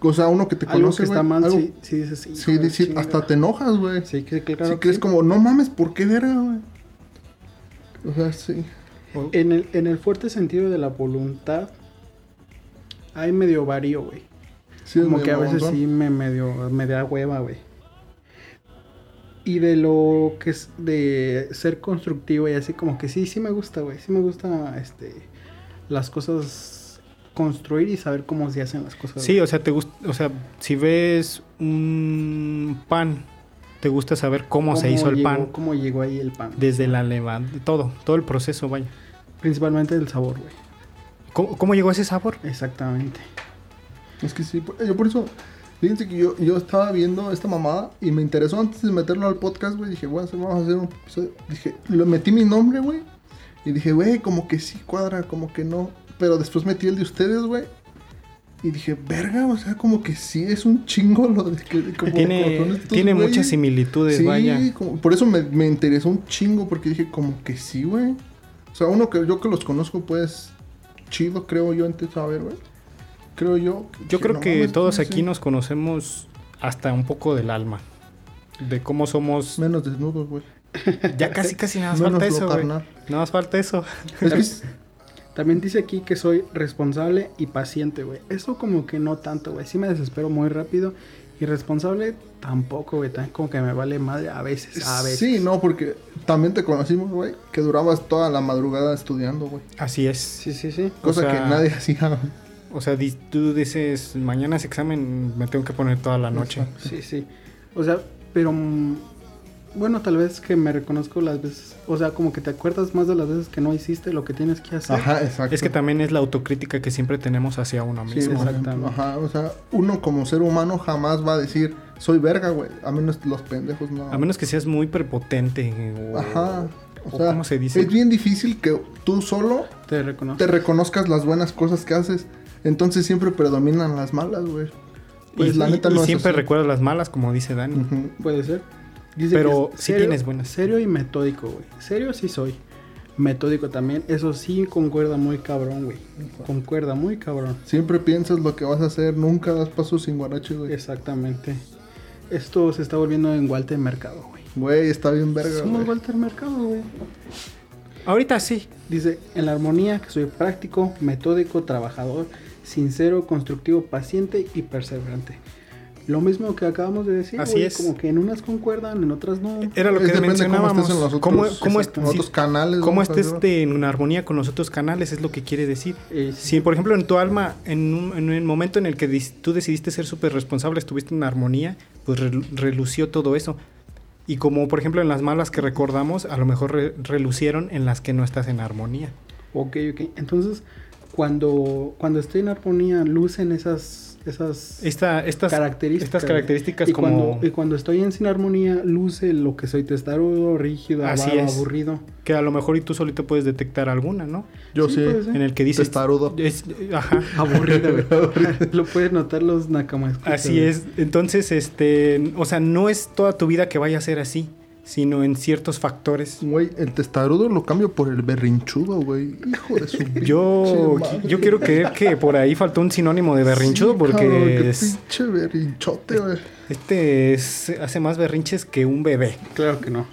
B: o sea, uno que te
C: Algo que
B: conoce, güey,
C: está mal,
B: algo-
C: sí, sí dices "Hijo
B: sí,
C: de
B: decir,
C: chinga".
B: hasta te enojas, güey.
C: Sí, que- que claro
B: si
C: que
B: crees
C: sí.
B: como, no mames, ¿por qué verga, güey? O sea, sí.
C: En el, en el fuerte sentido de la voluntad, hay medio varío, güey.
B: sí es
C: como
B: medio
C: que a veces
B: babosón.
C: sí me medio me da hueva, güey. Y de lo que es de ser constructivo y así como que sí, sí me gusta, güey. Sí me gusta este las cosas construir y saber cómo se hacen las cosas.
A: Sí, o sea, te gusta, o sea, si ves un pan, te gusta saber cómo, se hizo el
C: llegó-
A: pan
C: Cómo llegó ahí el pan.
A: desde la leva, todo, todo el proceso, vaya.
C: Principalmente el sabor, güey.
A: ¿Cómo, cómo llegó ese sabor?
C: Exactamente.
B: Es que sí, por- yo por eso, fíjense que yo, yo estaba viendo esta mamada y me interesó antes de meterlo al podcast, güey. Dije, bueno, vamos a hacer un episodio. Dije, lo metí mi nombre, güey. Y dije, güey, como que sí cuadra, como que no. Pero después metí el de ustedes, güey. Y dije, verga, o sea, como que sí es un chingo lo de que. Como, como son
A: tiene
B: estos
A: tiene
B: güeyes.
A: muchas similitudes,
B: Sí,
A: vaya.
B: como- por eso me, me interesó un chingo, porque dije, como que sí, güey. O sea, uno que yo que los conozco, pues, chido, creo yo, antes, a ver, güey. Creo yo.
A: Yo
B: dije,
A: creo
B: no
A: que
B: mames,
A: todos
B: sí,
A: aquí
B: sí.
A: nos conocemos hasta un poco del alma. De cómo somos.
B: Menos desnudos, güey.
A: Ya casi, casi nada más
B: Menos
A: falta
B: lo
A: eso, güey.
B: carnal.
A: Nada más falta eso.
B: Es que es-
C: También dice aquí que soy responsable y paciente, güey. Eso como que no tanto, güey. Sí me desespero muy rápido. Y responsable tampoco, güey. Tan- Como que me vale madre a veces, a veces.
B: Sí, no, porque también te conocimos, güey, que durabas toda la madrugada estudiando, güey.
A: Así es.
C: Sí, sí, sí.
A: O
B: Cosa
A: sea-
B: que nadie hacía, güey.
A: O sea, di- tú dices, mañana es examen, me tengo que poner toda la noche.
C: Sí, sí. O sea, pero... mm, Bueno, tal vez que me reconozco las veces... O sea, como que te acuerdas más de las veces que no hiciste lo que tienes que hacer.
B: Ajá, exacto.
A: Es que también es la autocrítica que siempre tenemos hacia uno
B: Sí,
A: mismo.
B: por
C: exactamente.
B: ejemplo, Ajá, o sea, uno como ser humano jamás va a decir, soy verga, güey. A menos los pendejos no.
A: A menos que seas muy prepotente. O,
B: Ajá.
A: o
B: O sea,
A: ¿cómo se dice?
B: es bien difícil que tú solo
C: Te reconozco.
B: te reconozcas las buenas cosas que haces. Entonces siempre predominan las malas, güey. Pues
A: y
B: la
A: y-
B: neta
A: y
B: no es
A: siempre
B: así.
A: recuerdas las malas, como dice Dani.
B: Ujú.
C: Puede ser. Dice
A: Pero
C: que es
A: sí tienes buenas.
C: Serio y metódico, güey. Serio sí soy. Metódico también. Eso sí concuerda muy cabrón, güey. Concuerda muy cabrón.
B: Siempre piensas lo que vas a hacer, nunca das pasos sin guarache, güey.
C: Exactamente. Esto se está volviendo en Walter Mercado, güey.
B: Güey, está bien verga,
C: Somos
B: güey.
C: Walter Mercado, güey.
A: Ahorita sí.
C: Dice, en la armonía que soy práctico, metódico, trabajador, sincero, constructivo, paciente y perseverante. Lo mismo que acabamos de decir,
A: Así
C: güey,
A: es. Eh,
C: como que en unas concuerdan, en otras no.
A: Era lo
B: Es
A: que
B: depende
A: mencionábamos.
B: Cómo estés en los otros,
A: ¿Cómo- cómo est-
B: exacto, en los
A: sí,
B: otros canales.
A: cómo
B: vamos a
A: estés
B: decirlo.
A: de- en armonía con los otros canales es lo que quiere decir.
C: Eh,
A: Si, por ejemplo, en tu alma, en, un, en el momento en el que dis- tú decidiste ser súper responsable, estuviste en armonía, pues relu- relució todo eso. Y como, por ejemplo, en las malas que recordamos, a lo mejor re- relucieron en las que no estás en armonía.
C: Ok, ok. Entonces, cuando, cuando estoy en armonía, lucen esas, esas
A: Esta, estas,
C: características.
A: estas
C: güey.
A: características
C: y
A: como
C: Cuando, y cuando estoy en sin armonía, luce lo que soy testarudo, rígido,
A: Así
C: avaro,
A: es.
C: aburrido.
A: que a lo mejor y tú solito puedes detectar alguna, ¿no?
B: Yo
C: Sí,
B: sí.
C: puede ser.
A: En el que dices...
B: Testarudo.
A: es- ajá.
C: Aburrido, güey. lo pueden notar los nakamas.
A: Así es. Entonces, este, o sea, no es toda tu vida que vaya a ser así. sino en ciertos factores.
B: Güey, el testarudo lo cambio por el berrinchudo, güey. Hijo de su
A: Yo,
B: pinche madre.
A: yo quiero creer que por ahí faltó un sinónimo de berrinchudo
B: Sí,
A: porque
B: cabrón, qué
A: es-
B: pinche berrinchote, güey.
A: este es- hace más berrinches que un bebé.
C: Claro que no.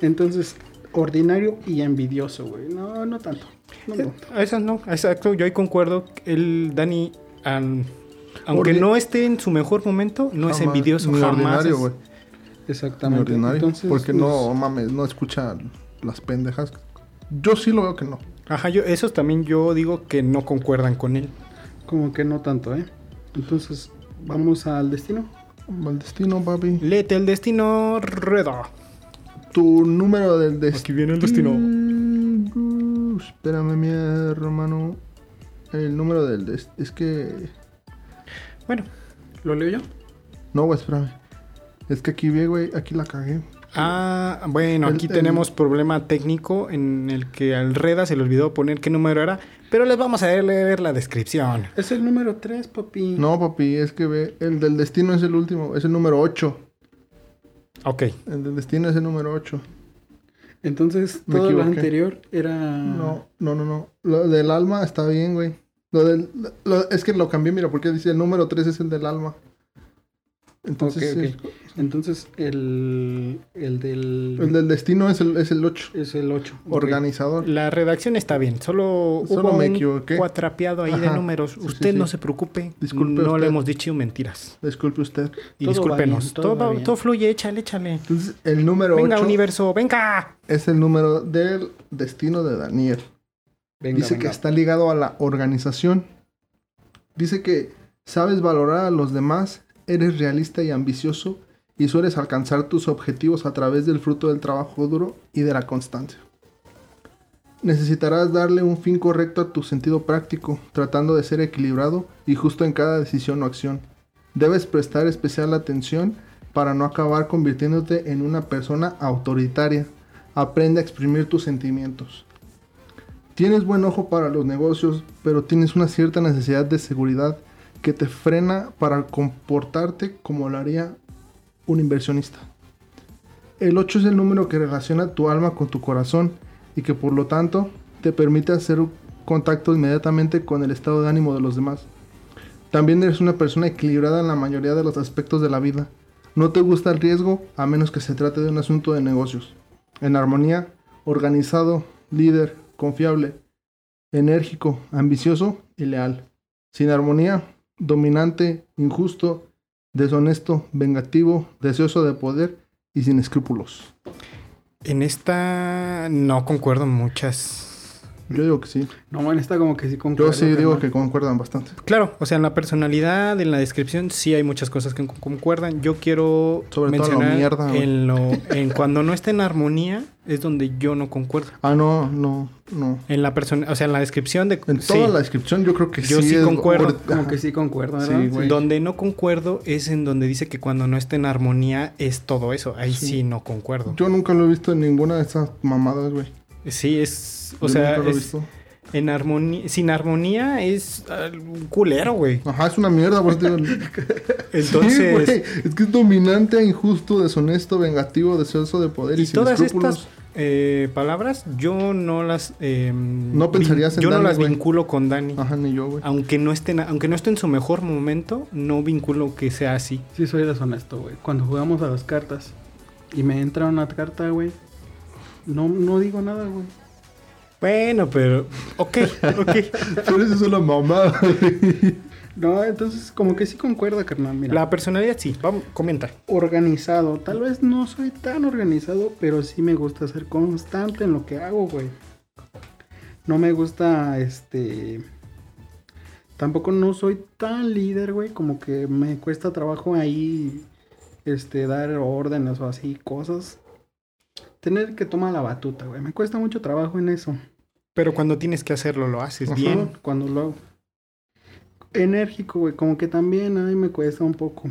C: Entonces, ordinario y envidioso, güey. No, no tanto. No,
A: Eh,
C: no.
A: A esas no, exacto, yo ahí concuerdo. El Dani, am- aunque
B: Ordi-
A: no esté en su mejor momento, no es
B: Jamás,
A: envidioso,
B: ni
A: jamás.
B: ordinario,
A: es-
B: güey. Ni
C: Exactamente.
B: ordinario.
C: Entonces,
B: porque
C: nos-
A: pues,
B: no mames, no escucha las pendejas. Yo sí lo veo que no.
A: Ajá, yo, esos también yo digo que no concuerdan con él.
C: pues, Como que no tanto, ¿eh? Entonces, vamos al destino.
B: Mal destino, papi.
A: Lete el destino rueda.
B: Tu número del destino.
A: Aquí viene el destino.
B: Mm, Espérame, mi hermano. El número del des- es que
A: Bueno,
C: ¿Lo leo yo?
B: no, güey, espérame. Es que aquí vi, güey, aquí la cagué.
A: ah, bueno,
B: El-
A: aquí
B: el-
A: tenemos problema técnico en el que al Reda se le olvidó poner qué número era, pero les vamos a leer la descripción.
C: Es el número 3, papi.
B: No, papi, es que ve, el del destino es el último, es el número 8.
A: Ok,
B: El del destino es el número 8.
C: Entonces,
B: Me
C: todo lo
B: equivoqué.
C: anterior era.
B: No, no, no, no. Lo del alma está bien, güey. Lo del lo- es que lo cambié, mira, porque dice el número 3 es el del alma. Entonces,
C: Ok, ok. Entonces, el, el del.
B: El, el del destino es el, es el 8.
C: Es el 8.
B: Organizador.
A: la redacción está bien, solo,
B: Solo
A: hubo
B: me
A: un
B: equivoqué.
A: cuatrapeado ahí de
B: Ajá,
A: números.
B: sí, sí,
A: usted no
B: sí.
A: se preocupe,
B: Disculpe
A: no le
B: usted.
A: hemos dicho mentiras.
B: Disculpe usted.
A: Y
C: Todo va
A: discúlpenos,
C: bien, todo
A: todo,
C: va
A: va-
C: bien.
A: todo fluye, échale, échale.
B: Entonces, el número
A: Venga,
B: 8
A: universo, venga.
B: es el número del destino de Daniel.
C: Venga,
B: Dice que
C: venga.
B: está ligado a la organización. Dice que sabes valorar a los demás, eres realista y ambicioso y sueles alcanzar tus objetivos a través del fruto del trabajo duro y de la constancia. Necesitarás darle un fin correcto a tu sentido práctico, tratando de ser equilibrado y justo en cada decisión o acción. Debes prestar especial atención para no acabar convirtiéndote en una persona autoritaria. Aprende a exprimir tus sentimientos. Tienes buen ojo para los negocios, pero tienes una cierta necesidad de seguridad que te frena para comportarte como lo haría un inversionista. El 8 es el número que relaciona tu alma con tu corazón y que por lo tanto te permite hacer un contacto inmediatamente con el estado de ánimo de los demás. También eres una persona equilibrada en la mayoría de los aspectos de la vida. No te gusta el riesgo a menos que se trate de un asunto de negocios. En armonía, organizado, líder, confiable, enérgico, ambicioso y leal. Sin armonía, dominante, injusto, deshonesto, vengativo, deseoso de poder y sin escrúpulos.
A: En esta no concuerdo muchas.
B: Yo digo que sí.
C: No, bueno, está como que sí
B: Yo
C: concuerdo,
B: sí digo
C: carnal.
B: que concuerdan bastante.
A: Claro, o sea, en la personalidad, en la descripción, sí hay muchas cosas que con- concuerdan. Yo quiero
B: Sobre todo
A: mencionar
B: lo mierda, güey.
A: en lo en cuando no está en armonía es donde yo no concuerdo.
B: Ah, no, no, no.
A: En la persona, o sea, en la descripción de
B: En
A: sí.
B: toda la descripción yo creo que
A: Yo
B: sí.
A: sí
B: es-
A: concuerdo,
B: or-
C: Como
B: Ajá.
C: que sí concuerdo, ¿verdad?
B: Sí, güey.
A: donde no concuerdo es en donde dice que cuando no está en armonía es todo eso. Ahí sí,
B: Sí.
A: no concuerdo.
B: Yo nunca lo he visto en ninguna de esas mamadas, güey.
A: sí es, o
B: Yo
A: sea,
B: nunca lo he
A: es-
B: visto.
A: en armonía, sin armonía es ah, un culero, güey.
B: Ajá, es una mierda, por eso te digo. Sí,
A: Entonces,
B: güey, es que es dominante, injusto, deshonesto, vengativo, deseoso de poder y,
A: Y
B: sin
A: todas
B: escrúpulos.
A: estas eh, palabras yo no las eh,
B: No pensarías en
A: yo
B: Dani,
A: no las
B: güey.
A: vinculo con Dani.
B: Ajá, ni yo, güey.
A: Aunque no estén aunque no esté en su mejor momento, no vinculo que sea así.
C: Sí, soy deshonesto, güey. Cuando jugamos a las cartas y me entra una carta, güey, no, no digo nada, güey.
A: Bueno, pero ok, ok.
B: Pero eso es una mamada, güey.
C: No, entonces como que sí concuerda, carnal. Mira,
A: La personalidad sí, vamos, comenta.
C: organizado. Tal vez no soy tan organizado, pero sí me gusta ser constante en lo que hago, güey. No me gusta, este... Tampoco no soy tan líder, güey. Como que me cuesta trabajo ahí, este, dar órdenes o así, cosas. Tener que tomar la batuta, güey. Me cuesta mucho trabajo en eso.
A: Pero cuando tienes que hacerlo lo haces
B: Ajá.
A: bien.
C: Cuando lo hago. Enérgico, güey. Como que también a mí me cuesta un poco.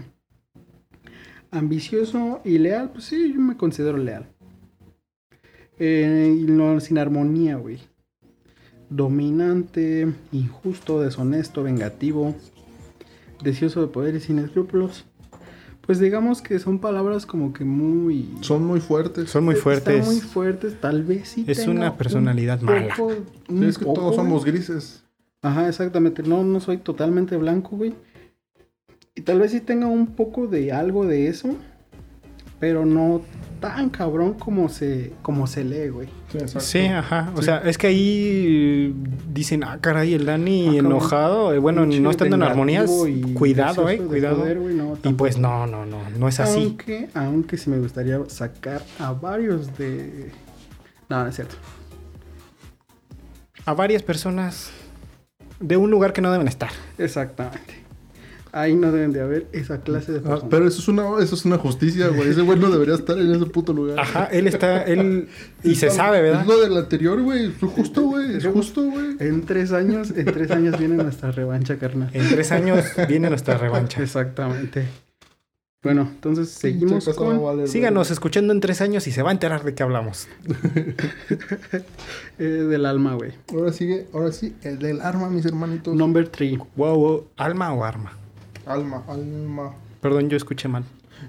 C: Ambicioso y leal. Pues sí, yo me considero leal. Eh, y no, sin armonía, güey. Dominante, injusto, deshonesto, vengativo. Deseoso de poder y sin escrúpulos. Pues digamos que son palabras como que muy...
B: Son muy fuertes.
A: Son muy
C: están
A: fuertes.
C: muy fuertes, tal vez sí
A: Es
C: tenga
A: una personalidad
C: un poco-
A: mala.
B: Sí,
C: un
B: es que
C: poco,
B: todos somos
C: güey.
B: grises.
C: Ajá, exactamente. No, no soy totalmente blanco, güey. Y tal vez sí tenga un poco de algo de eso, pero no tan cabrón como se, como se lee, güey.
B: Sí, exacto.
A: Sí, ah, ajá. O
B: Sí.
A: sea, es que ahí eh, dicen, ah, caray, el Dani
C: Ah, cabrón.
A: enojado. eh, bueno,
C: Pinche
A: no estando en armonía,
C: vengativo y
A: cuidado, eh,
C: deseoso de
A: cuidado.
C: joder, güey, no,
A: y
C: tampoco.
A: pues no, no, no, no es así.
C: Aunque, aunque sí me gustaría sacar a varios de... No, no es cierto.
A: A varias personas de un lugar que no deben estar.
C: Exactamente. Ahí no deben de haber esa clase de
B: Ah,
C: personas.
B: pero eso es una, eso es una justicia, güey. Ese güey no debería estar en ese puto lugar.
A: Ajá, él está, él. Ah, Y se sabe, ¿verdad?
B: Es lo del anterior, güey. Es justo, güey. Es justo, güey.
C: En tres años, en tres años viene nuestra revancha, carnal.
A: En tres años viene nuestra revancha.
C: Exactamente. Bueno, entonces
B: Pinche
C: seguimos
B: cosa no
C: con
B: vale, güey.
A: Síganos escuchando en tres años y se va a enterar de qué hablamos.
C: eh, del alma, güey.
B: Ahora sigue, ahora sí, el del arma, mis hermanitos.
C: Number 3.
A: Wow, wow, alma o arma.
B: Alma, alma.
A: Perdón, yo escuché mal.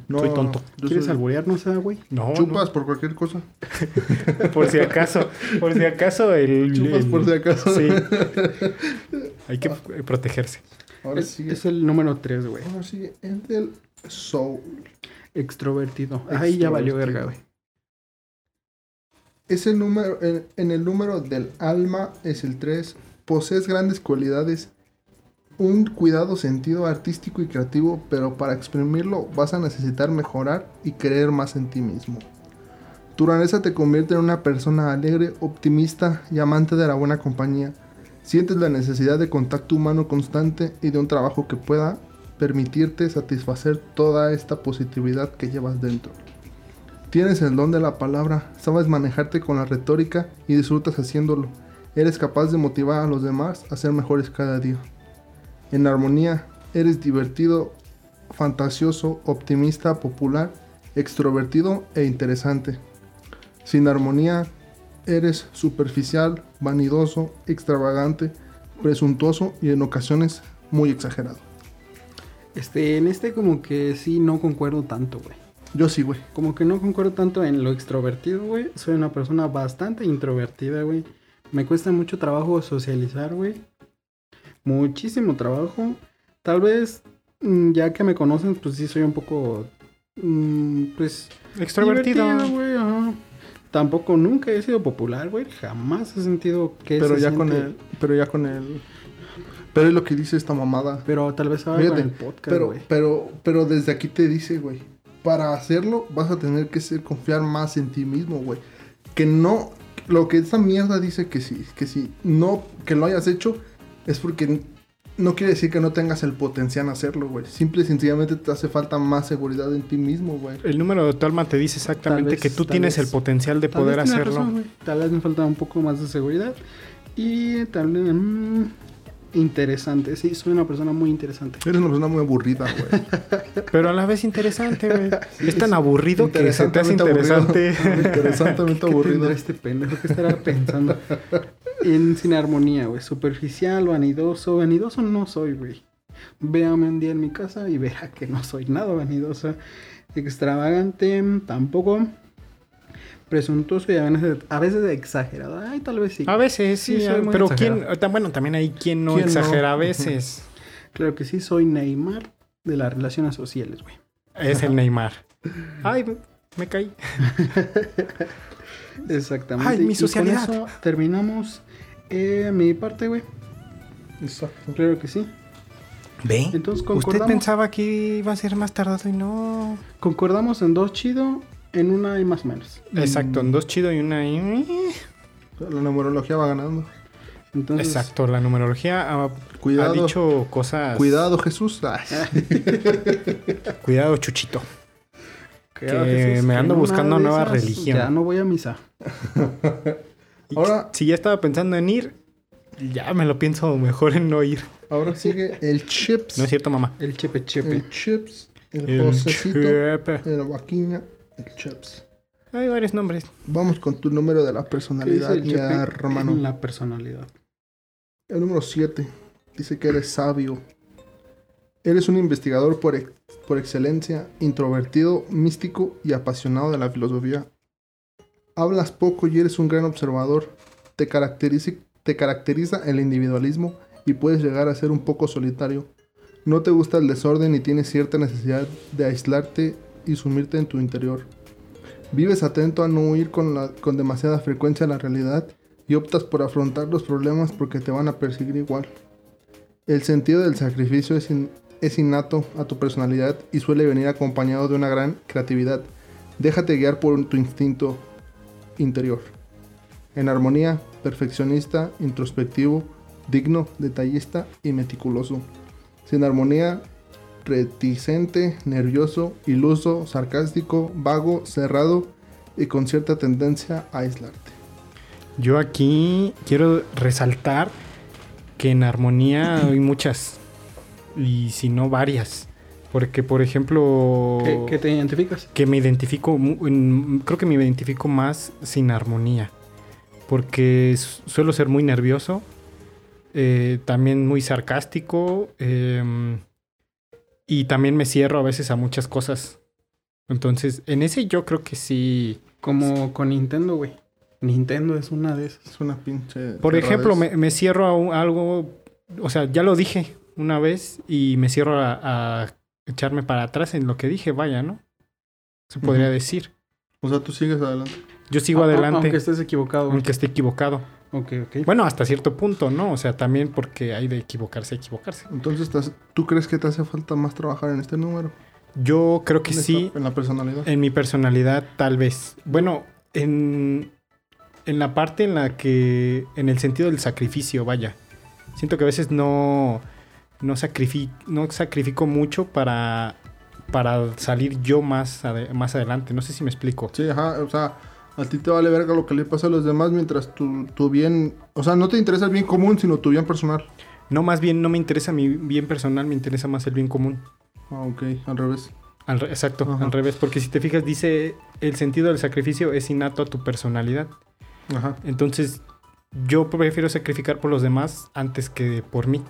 B: No,
A: Soy tonto.
B: yo
C: ¿Quieres
B: soy-
C: alburearnos, ah, güey?
A: No, no.
B: Chupas por cualquier cosa.
A: Por si acaso, por si acaso el...
B: Chupas
A: el-
B: por si acaso.
A: Sí. Hay que eh, protegerse.
B: Ahora eh.
C: Es,
B: sigue.
C: es el número 3, güey.
B: Ahora sigue el del soul.
C: Extrovertido. Ahí ya valió verga, güey.
B: Es el número, en, en el número del alma es el 3. Posees grandes cualidades, un cuidado sentido artístico y creativo, pero para exprimirlo vas a necesitar mejorar y creer más en ti mismo. Tu naturaleza te convierte en una persona alegre, optimista y amante de la buena compañía. Sientes la necesidad de contacto humano constante y de un trabajo que pueda permitirte satisfacer toda esta positividad que llevas dentro. Tienes el don de la palabra, sabes manejarte con la retórica y disfrutas haciéndolo. Eres capaz de motivar a los demás a ser mejores cada día. En armonía, eres divertido, fantasioso, optimista, popular, extrovertido e interesante. Sin armonía, eres superficial, vanidoso, extravagante, presuntuoso y en ocasiones muy exagerado.
C: Este, en este como que sí no concuerdo tanto, güey.
B: Yo sí, güey.
C: Como que no concuerdo tanto en lo extrovertido, güey. Soy una persona bastante introvertida, güey. Me cuesta mucho trabajo socializar, güey. Muchísimo trabajo. Tal vez, mm, ya que me conocen, pues sí soy un poco... mm, pues
A: Extrovertido.
C: Divertido, güey, ajá. Tampoco nunca he sido popular, güey. Jamás he sentido que
B: Pero
C: se
B: ya
C: siente-
B: con el... Pero ya con el... Pero es lo que dice esta mamada.
C: Pero tal vez ahora
B: Fíjate,
C: con el podcast,
B: Pero,
C: güey.
B: pero, pero desde aquí te dice, güey, para hacerlo vas a tener que ser, confiar más en ti mismo, güey. Que no, lo que esta mierda dice que sí, que sí, no, que lo hayas hecho es porque no quiere decir que no tengas el potencial en hacerlo, güey. Simple y sencillamente te hace falta más seguridad en ti mismo, güey.
A: El número de tu alma te dice exactamente
C: Tal vez,
A: que tú
C: tal
A: tienes
C: vez.
A: el potencial de
C: Tal vez
A: poder
C: tienes
A: hacerlo.
C: razón, güey. tal vez me falta un poco más de seguridad. Y tal vez... mm, interesante. Sí, soy una persona muy interesante.
B: Eres una persona muy aburrida, güey.
A: pero a la vez interesante, güey. es tan aburrido que se te hace
B: Interesantemente
A: interesante.
B: aburrido. Interesantemente
C: ¿Qué
B: aburrido.
C: tendrá este pendejo que estará pensando? en sin armonía, güey. Superficial, vanidoso. Vanidoso no soy, güey. Véame un día en mi casa y verá que no soy nada vanidoso. Extravagante, tampoco. Presuntuoso y a veces, a veces exagerado. Ay, tal vez sí.
A: A veces, sí.
C: Sí, soy muy
A: pero
C: exagerado.
A: quién, tan- bueno, también hay quien no
B: ¿Quién no?
A: exagera a veces.
C: Claro que sí, soy Neymar de las relaciones sociales, güey.
A: es el Neymar. Ay, me caí.
C: Exactamente.
A: Ay, mi
C: Y
A: socialidad.
C: con eso terminamos eh, mi parte, güey.
B: Exacto.
C: Claro que sí.
A: Ve.
C: Entonces
A: Usted
C: concordamos.
A: pensaba que iba a ser más tardado y no.
C: Concordamos en dos chido, en una y más o menos.
B: Mm.
A: Exacto, en dos chido y una. y-
B: La numerología va ganando.
C: Entonces,
A: Exacto, la numerología ha,
B: Cuidado.
A: ha dicho cosas.
B: Cuidado, Jesús. Ay,
A: Cuidado, Chuchito.
C: claro
A: que
C: sí,
A: me
C: que
A: ando
C: en una
A: buscando
C: de
A: nueva
C: esas
A: religión.
C: Ya no voy a misa.
A: Y
B: Ahora-
A: si ya estaba pensando en ir, ya me lo pienso mejor en no ir.
B: Ahora sigue el chips.
A: No es cierto, mamá.
C: El chepe chepe.
B: el chips. El,
A: El
B: Josecito.
A: chepe.
B: De la vaquina, el Chaps.
A: Hay varios nombres.
B: Vamos con tu número de la
C: ¿Qué dice
B: personalidad,
C: el
B: y
C: chepe?
B: hermano.
C: La personalidad.
B: El número 7 dice que eres sabio. Eres un investigador por, ex- por excelencia, introvertido, místico y apasionado de la filosofía. Hablas poco y eres un gran observador. Te caracteriza, te caracteriza el individualismo y puedes llegar a ser un poco solitario. No te gusta el desorden y tienes cierta necesidad de aislarte y sumirte en tu interior. Vives atento a no huir con, la- con demasiada frecuencia a la realidad y optas por afrontar los problemas porque te van a perseguir igual. El sentido del sacrificio es, in- es innato a tu personalidad y suele venir acompañado de una gran creatividad. Déjate guiar por tu instinto interior. En armonía, perfeccionista, introspectivo, digno, detallista y meticuloso. Sin armonía, reticente, nervioso, iluso, sarcástico, vago, cerrado y con cierta tendencia a aislarte.
A: Yo aquí quiero resaltar que en armonía hay muchas. Y si no, varias. Porque, por ejemplo.
C: ¿Qué, qué te identificas?
A: que me identifico, mu- en- creo que me identifico más sin armonía, porque su- suelo ser muy nervioso, eh, también muy sarcástico, em, y también me cierro a veces a muchas cosas. Entonces, en ese yo creo que sí.
C: Como con Nintendo, güey. Nintendo es una de esas.
B: Es una pinche...
A: Por ejemplo,
B: cerradez.
A: me, me cierro a, un- a algo, o sea, ya lo dije una vez y me cierro a, a echarme para atrás en lo que dije, vaya, ¿no? Se podría
B: Ujú.
A: decir.
B: O sea, tú sigues adelante.
A: Yo sigo
C: A- a-
A: adelante,
C: Ah, Aunque estés equivocado. güey.
A: aunque esté equivocado.
C: Ok, ok.
A: Bueno, hasta cierto punto, ¿no? O sea, también porque hay de equivocarse, equivocarse.
B: Entonces, ¿te hace- ¿tú crees que te hace falta más trabajar en este número?
A: Yo creo que
B: En esta-
A: sí, Eh.
B: En la personalidad.
A: en mi personalidad, tal vez. Bueno, en, en la parte en la que, en el sentido del sacrificio, vaya. Siento que a veces no, no, sacrifi- no sacrifico mucho para, para salir yo más, ade- más adelante. No sé si me explico.
B: Sí, ajá. O sea, a ti te vale verga lo que le pasa a los demás mientras tu, tu bien... O sea, no te interesa el bien común, sino tu bien personal.
A: No, más bien no me interesa mi bien personal, me interesa más el bien común.
B: Ah, ok. Al revés.
A: Al re- exacto,
B: Ajá.
A: al revés, porque si te fijas dice el sentido del sacrificio es innato a tu personalidad.
B: Ajá.
A: Entonces, yo prefiero sacrificar por los demás antes que por mí.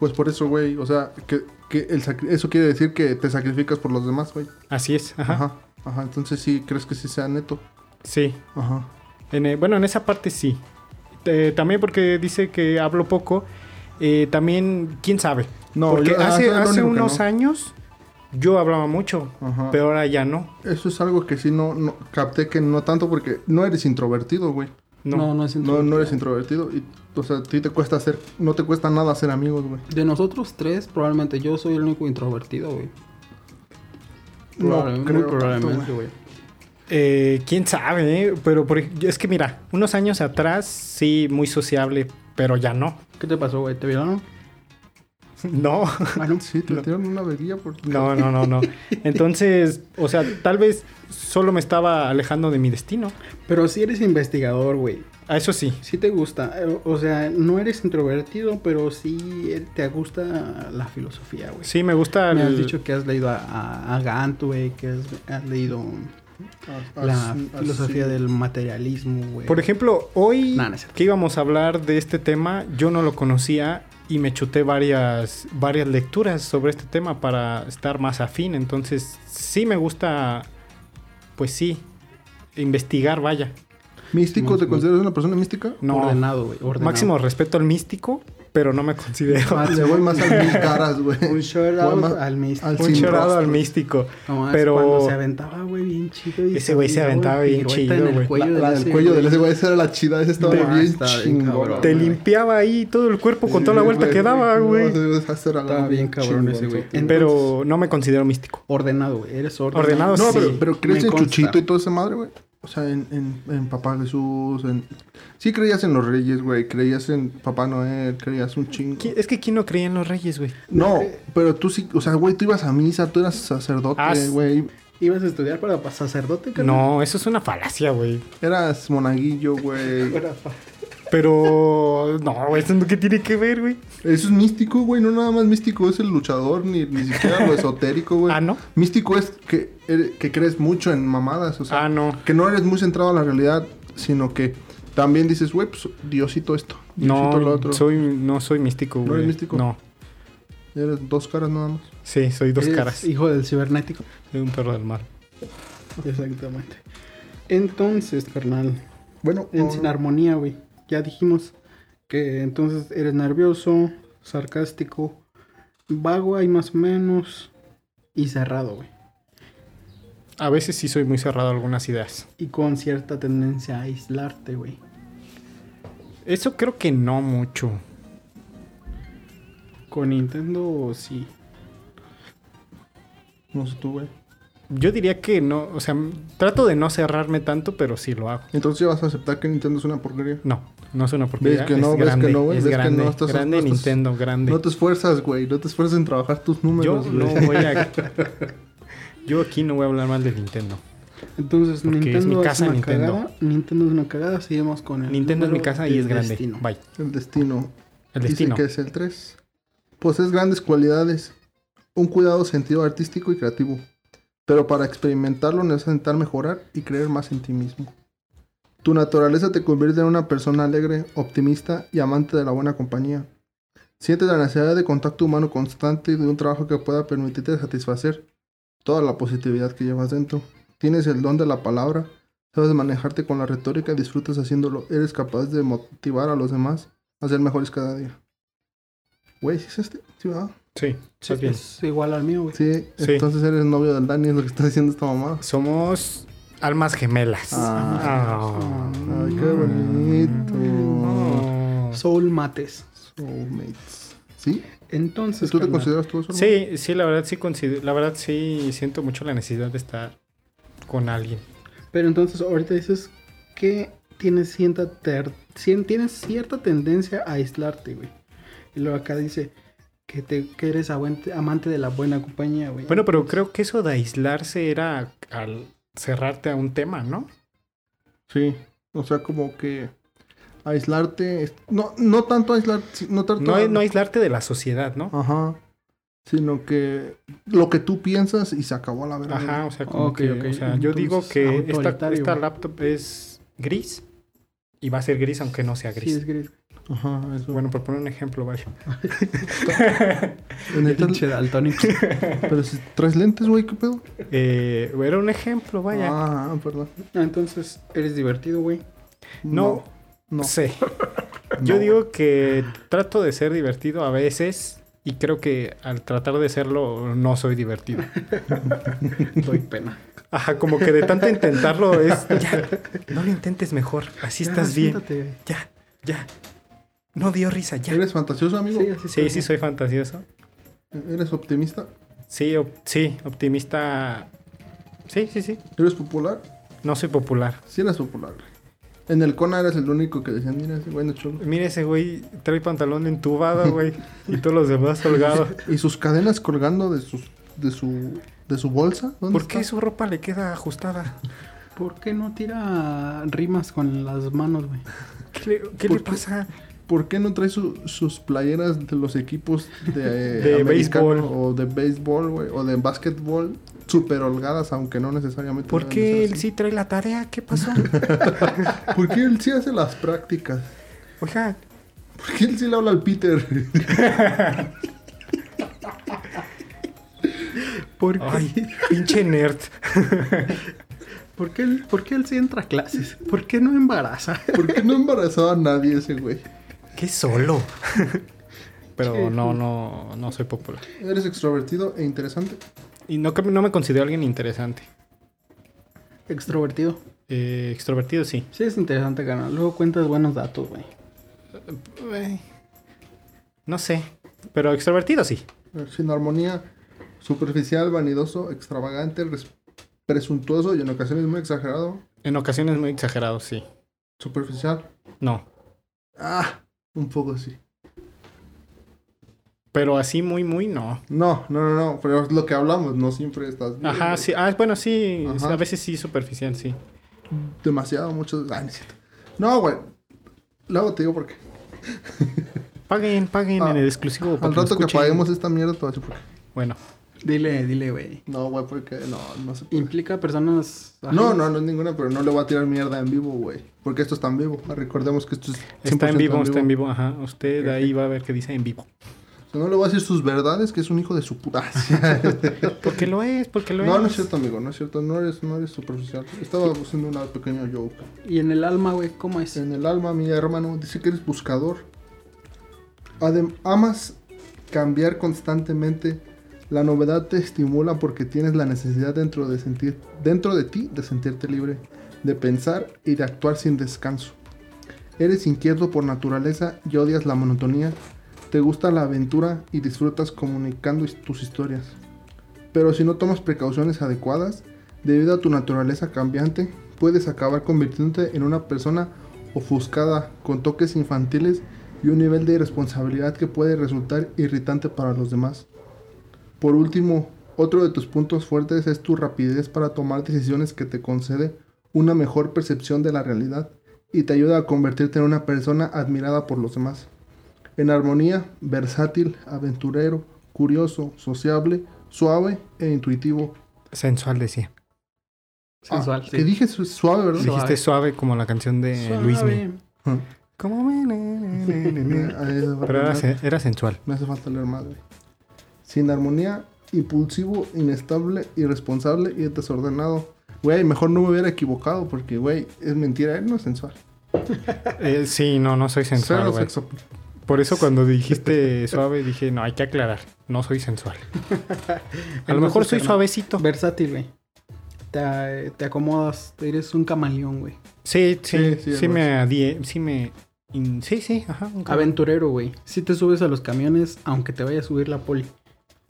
B: Pues por eso, güey. O sea, que, que el sacri- eso quiere decir que te sacrificas por los demás, güey.
A: Así es, ajá.
B: Ajá. ajá. Entonces, sí, ¿crees que sí sea neto?
A: Sí.
B: Ajá.
A: En, eh, bueno, en esa parte sí. Eh, también porque dice que hablo poco. eh, también, quién sabe.
B: No,
A: porque
B: yo- ah,
A: hace,
B: eso es lo
A: hace
B: único que
A: unos
B: no.
A: años yo hablaba mucho,
B: Ajá.
A: pero ahora ya no.
B: Eso es algo que sí no, no capté que no tanto porque no eres introvertido, güey.
A: No.
C: No, no es
B: No, no eres introvertido y, o sea, a ti te cuesta hacer, no te cuesta nada hacer amigos, güey.
C: De nosotros tres, probablemente yo soy el único introvertido, güey.
B: No
C: Probable-
B: creo
C: muy probablemente,
B: tanto,
C: güey.
A: Eh, quién sabe, eh, pero por ej- es que mira, unos años atrás sí, muy sociable, pero ya no.
C: ¿Qué te pasó, güey? ¿Te violaron?
A: No.
C: Ah, no.
B: Sí, te metieron una veguilla por...
A: No, no, no, no. Entonces, o sea, tal vez solo me estaba alejando de mi destino.
C: Pero sí eres investigador, güey.
A: A eso sí.
C: Sí te gusta. eh, O sea, no eres introvertido, pero sí eh, te gusta la filosofía, güey.
A: Sí, me gusta
C: Me has
A: el-
C: dicho que has leído a, a, a Gant, güey, que has, has leído
B: Ah,
C: la
B: así-
C: filosofía
B: así.
C: del materialismo, güey.
A: Por ejemplo, hoy
C: No, no es cierto.
A: que íbamos a hablar de este tema, yo no lo conocía y me chuté varias, varias lecturas sobre este tema para estar más afín. Entonces, sí me gusta, pues sí, investigar, vaya.
B: ¿Místico?
C: Muy-
B: ¿Te
C: muy-
B: consideras una persona mística?
A: No.
C: Ordenado, güey. ordenado.
A: Máximo respeto al místico, pero no me considero.
B: Ah, Le voy más a mis caras, güey.
C: Un shout out
B: Voy más-
C: al Mist.
B: al
A: Un
B: sin
A: chorado al
B: rostro.
A: místico.
C: No, es
A: pero-
C: cuando se aventaba, güey, bien chido. y
A: Ese güey se
C: daba
A: aventaba
C: el
A: bien
C: pirueta
A: chido,
C: en
A: güey.
C: el
B: La,
C: cuello
B: la
C: de
B: del
C: ese
B: cuello
C: güey.
B: del ese güey, esa era la chida, esa estaba
C: No,
B: bien
C: está bien
B: chingona.
C: cabrón.
A: Te
C: güey.
A: limpiaba ahí todo el cuerpo con toda la
B: Sí,
A: vuelta que daba,
B: No,
A: güey.
B: esa era la
C: Estaba bien cabrón ese güey.
B: chingonzota.
A: Pero no me considero místico.
C: Ordenado, güey. Eres ordenado.
A: Ordenado,
B: No,
A: Sí,
B: pero, pero crees
C: me
B: en
C: consta.
B: Chuchito y toda esa madre, güey. O sea, en, en, en Papá Jesús, en... Sí creías en los reyes, güey. Creías en Papá Noel, creías un chingo.
A: ¿Qui- Es que ¿quién no creía en los reyes, güey?
B: No, pero tú sí... O sea, güey, tú ibas a misa, tú eras sacerdote,
A: Ah, sí.
B: güey.
C: ¿Ibas a estudiar para pa- sacerdote, carnal?
A: No, eso es una falacia, güey.
B: Eras monaguillo, güey.
C: Para pa-
A: Pero no, güey, eso no qué tiene que ver, güey.
B: Eso es místico, güey. No nada más místico es el luchador, ni, ni siquiera lo esotérico, güey.
A: Ah, ¿no?
B: Místico es que, er- que crees mucho en mamadas, o sea.
A: Ah, no.
B: Que no eres muy centrado a la realidad, sino que también dices, güey, pues Diosito esto, Diosito lo
A: No,
B: otro.
A: soy, no soy místico,
B: ¿No
A: güey.
B: eres místico?
A: No.
B: Eres dos caras nada más.
A: Sí, soy dos
C: Eres
A: caras.
C: Hijo del cibernético.
A: Soy un perro del mar.
C: Exactamente. Entonces, carnal,
B: Bueno,
C: en
B: o-
C: sin armonía, güey. Ya dijimos que entonces eres nervioso, sarcástico, vago ahí más o menos y cerrado, güey.
A: A veces sí soy muy cerrado a algunas ideas.
C: Y con cierta tendencia a aislarte, güey.
A: Eso creo que no mucho.
C: Con Nintendo sí.
B: no sé tú, güey.
A: Yo diría que no, o sea, m- trato de no cerrarme tanto, pero sí lo hago.
B: Entonces ya vas a aceptar que Nintendo es una porquería.
A: No, no es una oportunidad.
B: que no?
A: es
B: ¿Ves que
A: grande,
B: no, güey?
A: es
B: ¿Ves que
A: grande,
B: no estás-
A: grande
B: no estás-
A: Nintendo, grande.
B: No te esfuerzas, güey. No te esfuerzas en trabajar tus números,
A: Yo no
B: güey.
A: voy a. Yo aquí no voy a hablar mal de Nintendo.
C: Entonces
A: Porque es mi
C: Nintendo es,
A: casa,
C: una
A: Nintendo.
C: cagada. Nintendo es una cagada, seguimos con el
A: Nintendo es mi
C: número
A: casa y
C: del
A: es grande.
C: destino.
A: Bye.
B: El destino.
A: El
B: Dice
A: destino.
B: que es el 3. Posees grandes cualidades, un cuidado sentido artístico y creativo, pero para experimentarlo necesitas intentar mejorar y creer más en ti mismo. Tu naturaleza te convierte en una persona alegre, optimista y amante de la buena compañía. Sientes la necesidad de contacto humano constante y de un trabajo que pueda permitirte satisfacer toda la positividad que llevas dentro. Tienes el don de la palabra, sabes manejarte con la retórica y disfrutas haciéndolo. Eres capaz de motivar a los demás a ser mejores cada día. Güey, ¿sí es este? Sí, ¿verdad?
A: Sí,
C: Sí,
A: estás bien.
C: es igual al mío, güey.
B: Sí,
A: Sí.
B: entonces eres novio del Dani, es lo que está diciendo esta mamá.
A: Somos almas gemelas.
B: Ah.
A: Ah.
B: Ay, qué bonito.
A: Oh.
C: Soul Mates.
B: Soulmates. ¿Sí?
C: Entonces,
B: ¿Tú te
C: carnal,
B: consideras tú solo?
A: Sí, sí, la verdad sí considero, la verdad sí siento mucho la necesidad de estar con alguien.
C: Pero entonces ahorita dices que tienes cierta, ter- cien- tienes cierta tendencia a aislarte, güey. Y luego acá dice que, te, que eres abuen- amante de la buena compañía, güey.
A: Bueno, pero creo que eso de aislarse era al cerrarte a un tema, ¿no?
B: Sí. O sea, como que aislarte. es- No, no tanto aislar, sí, no tanto.
A: No, no aislarte de la sociedad, ¿no?
B: Ajá. Sino que lo que tú piensas y se acabó la verdad.
A: Ajá, o sea, como
C: Ok,
A: que,
C: ok.
A: o sea, yo digo
C: Entonces,
A: que esta,
C: autoritario,
A: esta
C: güey.
A: laptop es gris y va a ser gris aunque no sea
C: Sí,
A: gris.
C: es gris.
B: Ajá, eso.
A: Bueno, por poner un ejemplo, vaya.
B: En el-
C: Pinche daltónico.
B: pero si traes lentes, güey, ¿qué pedo?
A: Eh, era un ejemplo, vaya.
B: Ah, perdón.
C: Ah, entonces, eres divertido, güey.
A: no,
B: No.
A: sé.
B: no,
A: Yo
B: güey.
A: digo que trato de ser divertido a veces y creo que al tratar de serlo no soy divertido.
C: Doy pena.
A: Ajá, como que de tanto intentarlo es ya, no lo intentes mejor, así
C: Ya,
A: estás bien.
C: siéntate, güey.
A: Ya, ya. No dio risa, ya.
B: ¿Eres fantasioso, amigo?
C: Sí, así
A: Sí,
C: estás
A: sí soy fantasioso.
B: ¿Eres optimista?
A: Sí, op- sí, optimista. Sí, sí, sí.
B: ¿Eres popular?
A: No soy popular.
B: Sí eres popular, güey. En el Cona eres el único que decían, mira ese güey no es chulo.
A: Mira ese güey, trae pantalón entubado, güey. Y todos los demás holgados.
B: Y sus cadenas colgando de sus de su de su bolsa. ¿Dónde
A: ¿Por qué
B: está?
A: su ropa le queda ajustada?
C: bien. ¿Por qué no tira rimas con las manos, güey?
A: ¿Qué le, qué
B: ¿Por
A: le
B: qué?
A: pasa?
B: ¿Por qué no trae su- sus playeras de los equipos de, eh,
A: De
B: americano
A: béisbol.
B: o de béisbol, güey, o de básquetbol super holgadas, aunque no necesariamente.
A: ¿Por
B: deben
A: qué
B: de
A: él
B: ser
A: sí trae la tarea? ¿Qué pasó?
B: así. ¿Por qué él sí hace las prácticas?
A: Oiga,
B: ¿Por qué él sí le habla al Peter?
C: ¿Por qué,
A: ay, pinche nerd.
C: ¿por qué, él, por qué él sí entra a clases? ¿Por qué no embaraza?
B: ¿Por qué no embarazaba a nadie ese güey?
A: Qué solo. Pero
C: Sí.
A: no, no, no soy popular.
B: Eres extrovertido e interesante.
A: Y no, que- no me considero alguien interesante.
C: Extrovertido.
A: Eh, extrovertido, sí.
C: Sí, es interesante, carnal. Luego cuentas buenos datos, güey.
A: Eh, No sé. Pero extrovertido, sí.
B: Eh, Sin armonía, superficial, vanidoso, extravagante, res- presuntuoso y en ocasiones muy exagerado.
A: En ocasiones muy exagerado, sí.
B: Superficial.
A: No.
B: Ah, un poco sí.
A: Pero así muy, muy no.
B: No, no, no, no, pero es lo que hablamos, no siempre estás bien,
A: Ajá,
B: güey.
A: sí. Ah, bueno, sí.
B: Ajá.
A: A veces sí, superficial, sí.
B: Demasiado, muchos... Ah, no es cierto. No, güey. Luego te digo por qué.
A: Paguen, paguen
B: Ah,
A: en el exclusivo. para
B: Al
A: lo
B: rato que
A: escuchen.
B: paguemos esta mierda te voy a decir por qué.
A: Bueno,
C: Dile, dile, güey.
B: No, güey, porque no, no se puede.
C: Implica personas. ajenas.
B: No, no, no es ninguna, pero no le voy a tirar mierda en vivo, güey. Porque esto está en vivo. Recordemos que esto es
A: está en
B: 100%
A: vivo, está en vivo. Ajá. Usted ahí va a ver qué dice en vivo.
B: O sea, No le voy a decir sus verdades, que es un hijo de su puta.
A: Porque lo es, porque lo
B: no,
A: es.
B: no es cierto, amigo, no es cierto. No eres, no eres tu profesional. Estaba haciendo una pequeña joke.
C: Y en el alma, güey, ¿cómo es?
B: En el alma, mi hermano, dice que eres buscador. Adem amas cambiar constantemente. La novedad te estimula porque tienes la necesidad dentro de sentir dentro de ti de sentirte libre, de pensar y de actuar sin descanso. Eres inquieto por naturaleza y odias la monotonía. Te gusta la aventura y disfrutas comunicando his- tus historias. Pero si no tomas precauciones adecuadas, debido a tu naturaleza cambiante, puedes acabar convirtiéndote en una persona ofuscada, con toques infantiles y un nivel de irresponsabilidad que puede resultar irritante para los demás. Por último, otro de tus puntos fuertes es tu rapidez para tomar decisiones que te concede una mejor percepción de la realidad y te ayuda a convertirte en una persona admirada por los demás. En armonía, versátil, aventurero, curioso, sociable, suave e intuitivo.
A: Sensual decía.
C: Sensual,
B: Ah,
C: sí.
B: Que dije su- suave, ¿verdad?
C: Sí.
A: Dijiste suave como la canción de
C: Suave.
A: Luismi.
B: Ah.
A: Como me- ne- ne- ne- ne- ne.
B: Ahí se va a
A: Pero era,
B: poner.
A: se- era sensual.
B: Me hace falta leer más, güey. Sin armonía, impulsivo, inestable, irresponsable y desordenado. Güey, mejor no me hubiera equivocado porque, güey, es mentira, él no es sensual.
A: Eh, sí, no, no soy sensual,
B: Cero
A: güey.
B: sexo.
A: Por eso cuando dijiste suave dije, no, hay que aclarar, no soy sensual. A lo
C: Entonces,
A: mejor soy
C: Fernando,
A: suavecito.
C: Versátil, güey. Te, te acomodas, eres un camaleón, güey.
A: Sí, sí,
B: Sí, sí,
A: sí,
B: algo
A: me adie, sí me... in- sí, sí, ajá. un cabrón.
C: Aventurero, güey. Si te subes a los camiones, aunque te vaya a subir la poli.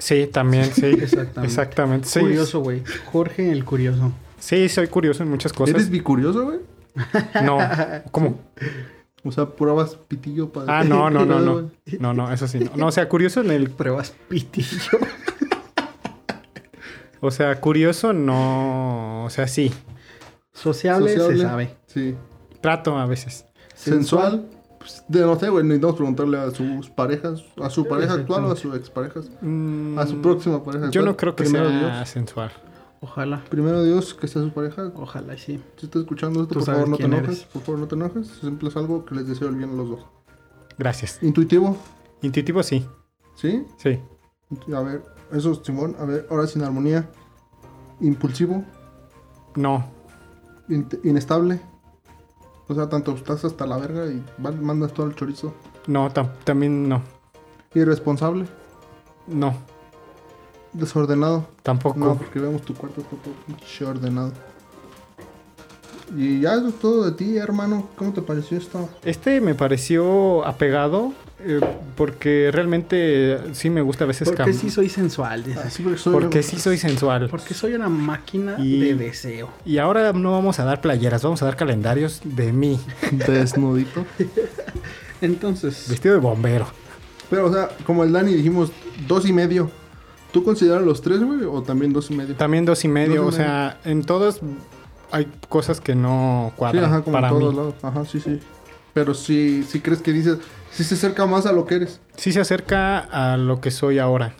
A: Sí, también, sí.
C: Exactamente.
A: Exactamente. Sí,
C: Curioso, güey. Jorge el curioso.
A: sí, soy curioso en muchas cosas.
B: ¿Eres bicurioso, güey?
A: No, ¿cómo?
B: O sea, pruebas pitillo para...
A: Ah, no, no, no,
B: güey.
A: no. No, no, eso sí. No, No, o sea, curioso en el...
C: Pruebas pitillo.
A: O sea, curioso no... O sea, sí.
C: Sociable,
B: Sociable,
C: se sabe.
B: Sí.
A: Trato a veces.
B: Sensual. pues, de, no sé, güey, necesitamos preguntarle a sus parejas, a su pareja actual o a sus exparejas,
A: Mm,
B: a su próxima pareja.
A: Yo
B: actual.
A: no creo que
B: Primero
A: sea
B: Dios.
A: sensual.
C: Ojalá,
B: Primero Dios, que sea su pareja.
C: ojalá y sí.
B: Si estás escuchando esto,
C: Tú
B: por
C: sabes
B: favor, no te
C: quién
B: enojes.
C: eres.
B: Por favor, no te enojes. Siempre es algo que les deseo el bien a los dos.
A: Gracias.
B: Intuitivo,
A: Intuitivo sí.
B: ¿sí?
A: Sí.
B: A ver, eso es Simón. A ver, ahora sin armonía. Impulsivo,
A: No.
B: in- inestable. O sea, tanto estás hasta la verga y va- mandas todo el chorizo.
A: No, tam- también no.
B: Irresponsable,
A: No,
B: desordenado.
A: tampoco.
B: No, porque vemos tu cuarto está todo pinche ordenado. Y ya eso es todo de ti, hermano. ¿Cómo te pareció esto?
A: Este me pareció apegado eh, porque realmente eh, sí me gusta a veces
C: Porque
A: cam-
C: sí soy sensual. dices.
B: Así porque soy.
A: porque sí soy sensual.
C: Porque soy una máquina
A: Y-
C: de deseo.
A: Y ahora no vamos a dar playeras, vamos a dar calendarios de mí,
B: Desnudito.
C: Entonces,
A: vestido de bombero.
B: Pero, o sea, como el Dani dijimos, dos y medio. ¿Tú consideras los tres, güey? ¿O también dos y medio?
A: También dos y medio,
B: Dos y
A: o sea, en todos hay cosas que no
B: Sí,
A: cuadran
B: ajá, como en
A: para
B: todos
A: mí.
B: lados. Ajá, sí, sí. Pero sí, sí crees que dices, sí se acerca más a lo que eres.
A: Sí se acerca a lo que soy ahora.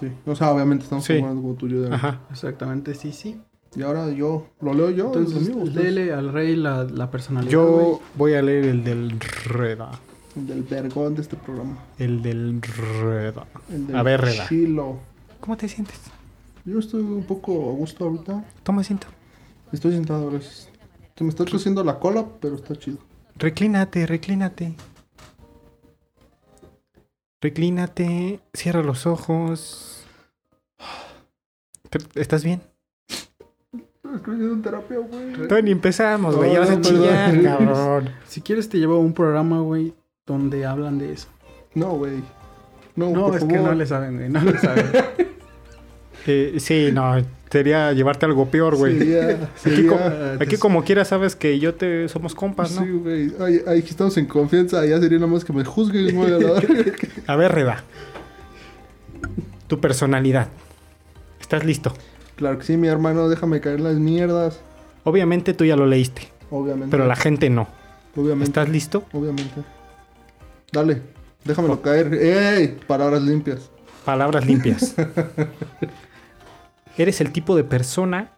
B: Sí. O sea, obviamente estamos
A: Sí.
B: comparando como tú y yo. Dani.
A: Ajá.
C: exactamente, sí, sí.
B: Y ahora yo, lo leo yo.
C: Entonces, pues,
B: los amigos,
C: dele al rey la, la personalidad.
A: Yo
C: güey.
A: voy a leer el del Reda.
B: el Del vergón de este programa.
A: El del Reda.
B: El del
A: A ver, Reda.
B: chilo.
A: ¿Cómo te sientes?
B: Yo estoy un poco a gusto ahorita.
A: Toma asiento.
B: Estoy sentado, gracias. Se me está creciendo la cola, pero está chido.
A: Reclínate, reclínate. Reclínate, cierra los ojos. Te- ¿Estás bien?
B: Estoy haciendo terapia, güey.
A: Todavía ni empezamos, güey.
B: No,
A: ya vas a
B: no, perdón.
A: chillar, cabrón.
C: Si quieres, te llevo a un programa, güey, donde hablan de eso.
B: No, güey. No,
C: No,
B: por
C: es
B: favor.
C: que no le saben, güey. No le saben.
A: Eh, sí, no, sería llevarte algo peor, güey.
B: Sería,
A: aquí,
B: sería-
A: co- aquí como quiera sabes que yo te somos compas, ¿no?
B: Sí, güey. Ay, ay, aquí estamos en confianza. Ya sería nada más que me juzguen, güey. a la verga.
A: A ver, Reba. Tu personalidad. ¿Estás listo?
B: claro que sí, mi hermano. Déjame caer las mierdas.
A: Obviamente tú ya lo leíste,
B: Obviamente.
A: pero la gente no.
B: Obviamente.
A: ¿Estás listo?
B: Obviamente. Dale. Déjamelo
A: Oh.
B: caer. ¡Ey! Palabras limpias.
A: Palabras limpias. Eres el tipo de persona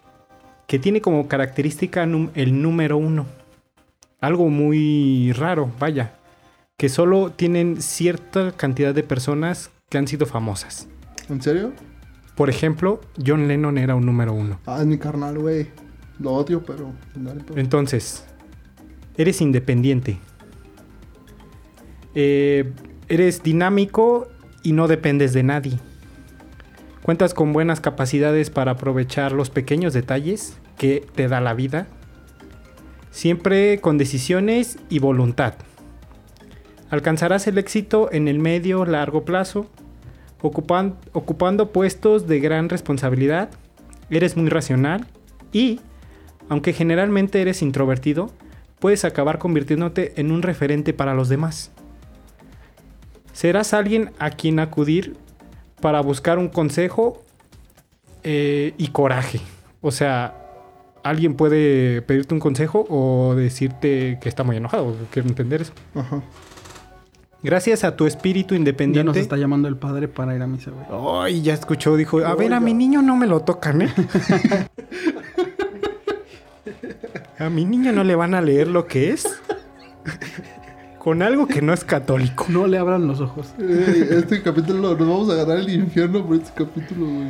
A: que tiene como característica num- el número uno. Algo muy raro, vaya. Que solo tienen cierta cantidad de personas que han sido famosas.
B: ¿En serio?
A: Por ejemplo, John Lennon era un número uno.
B: Ah, es mi carnal, güey. Lo odio, pero. dale, pues.
A: Entonces, eres independiente. Eh, eres dinámico y no dependes de nadie. Cuentas con buenas capacidades para aprovechar los pequeños detalles que te da la vida. Siempre con decisiones y voluntad. Alcanzarás el éxito en el medio largo plazo, ocupan- ocupando puestos de gran responsabilidad. Eres muy racional y, aunque generalmente eres introvertido, puedes acabar convirtiéndote en un referente para los demás. Serás alguien a quien acudir para buscar un consejo eh, y coraje. O sea, alguien puede pedirte un consejo o decirte que está muy enojado. Quiero entender eso.
B: Ajá.
A: Gracias a tu espíritu
C: Ya nos
A: independiente.
C: está llamando el padre para ir a misa, güey.
A: Ay, ya escuchó, dijo, a ver, a
B: Oiga.
A: mi niño no me lo tocan, ¿eh? a mi niño no le van a leer lo que es. Con algo que no es católico.
C: No le abran los ojos.
B: Ey, este capítulo, nos vamos a ganar el infierno por este capítulo, güey.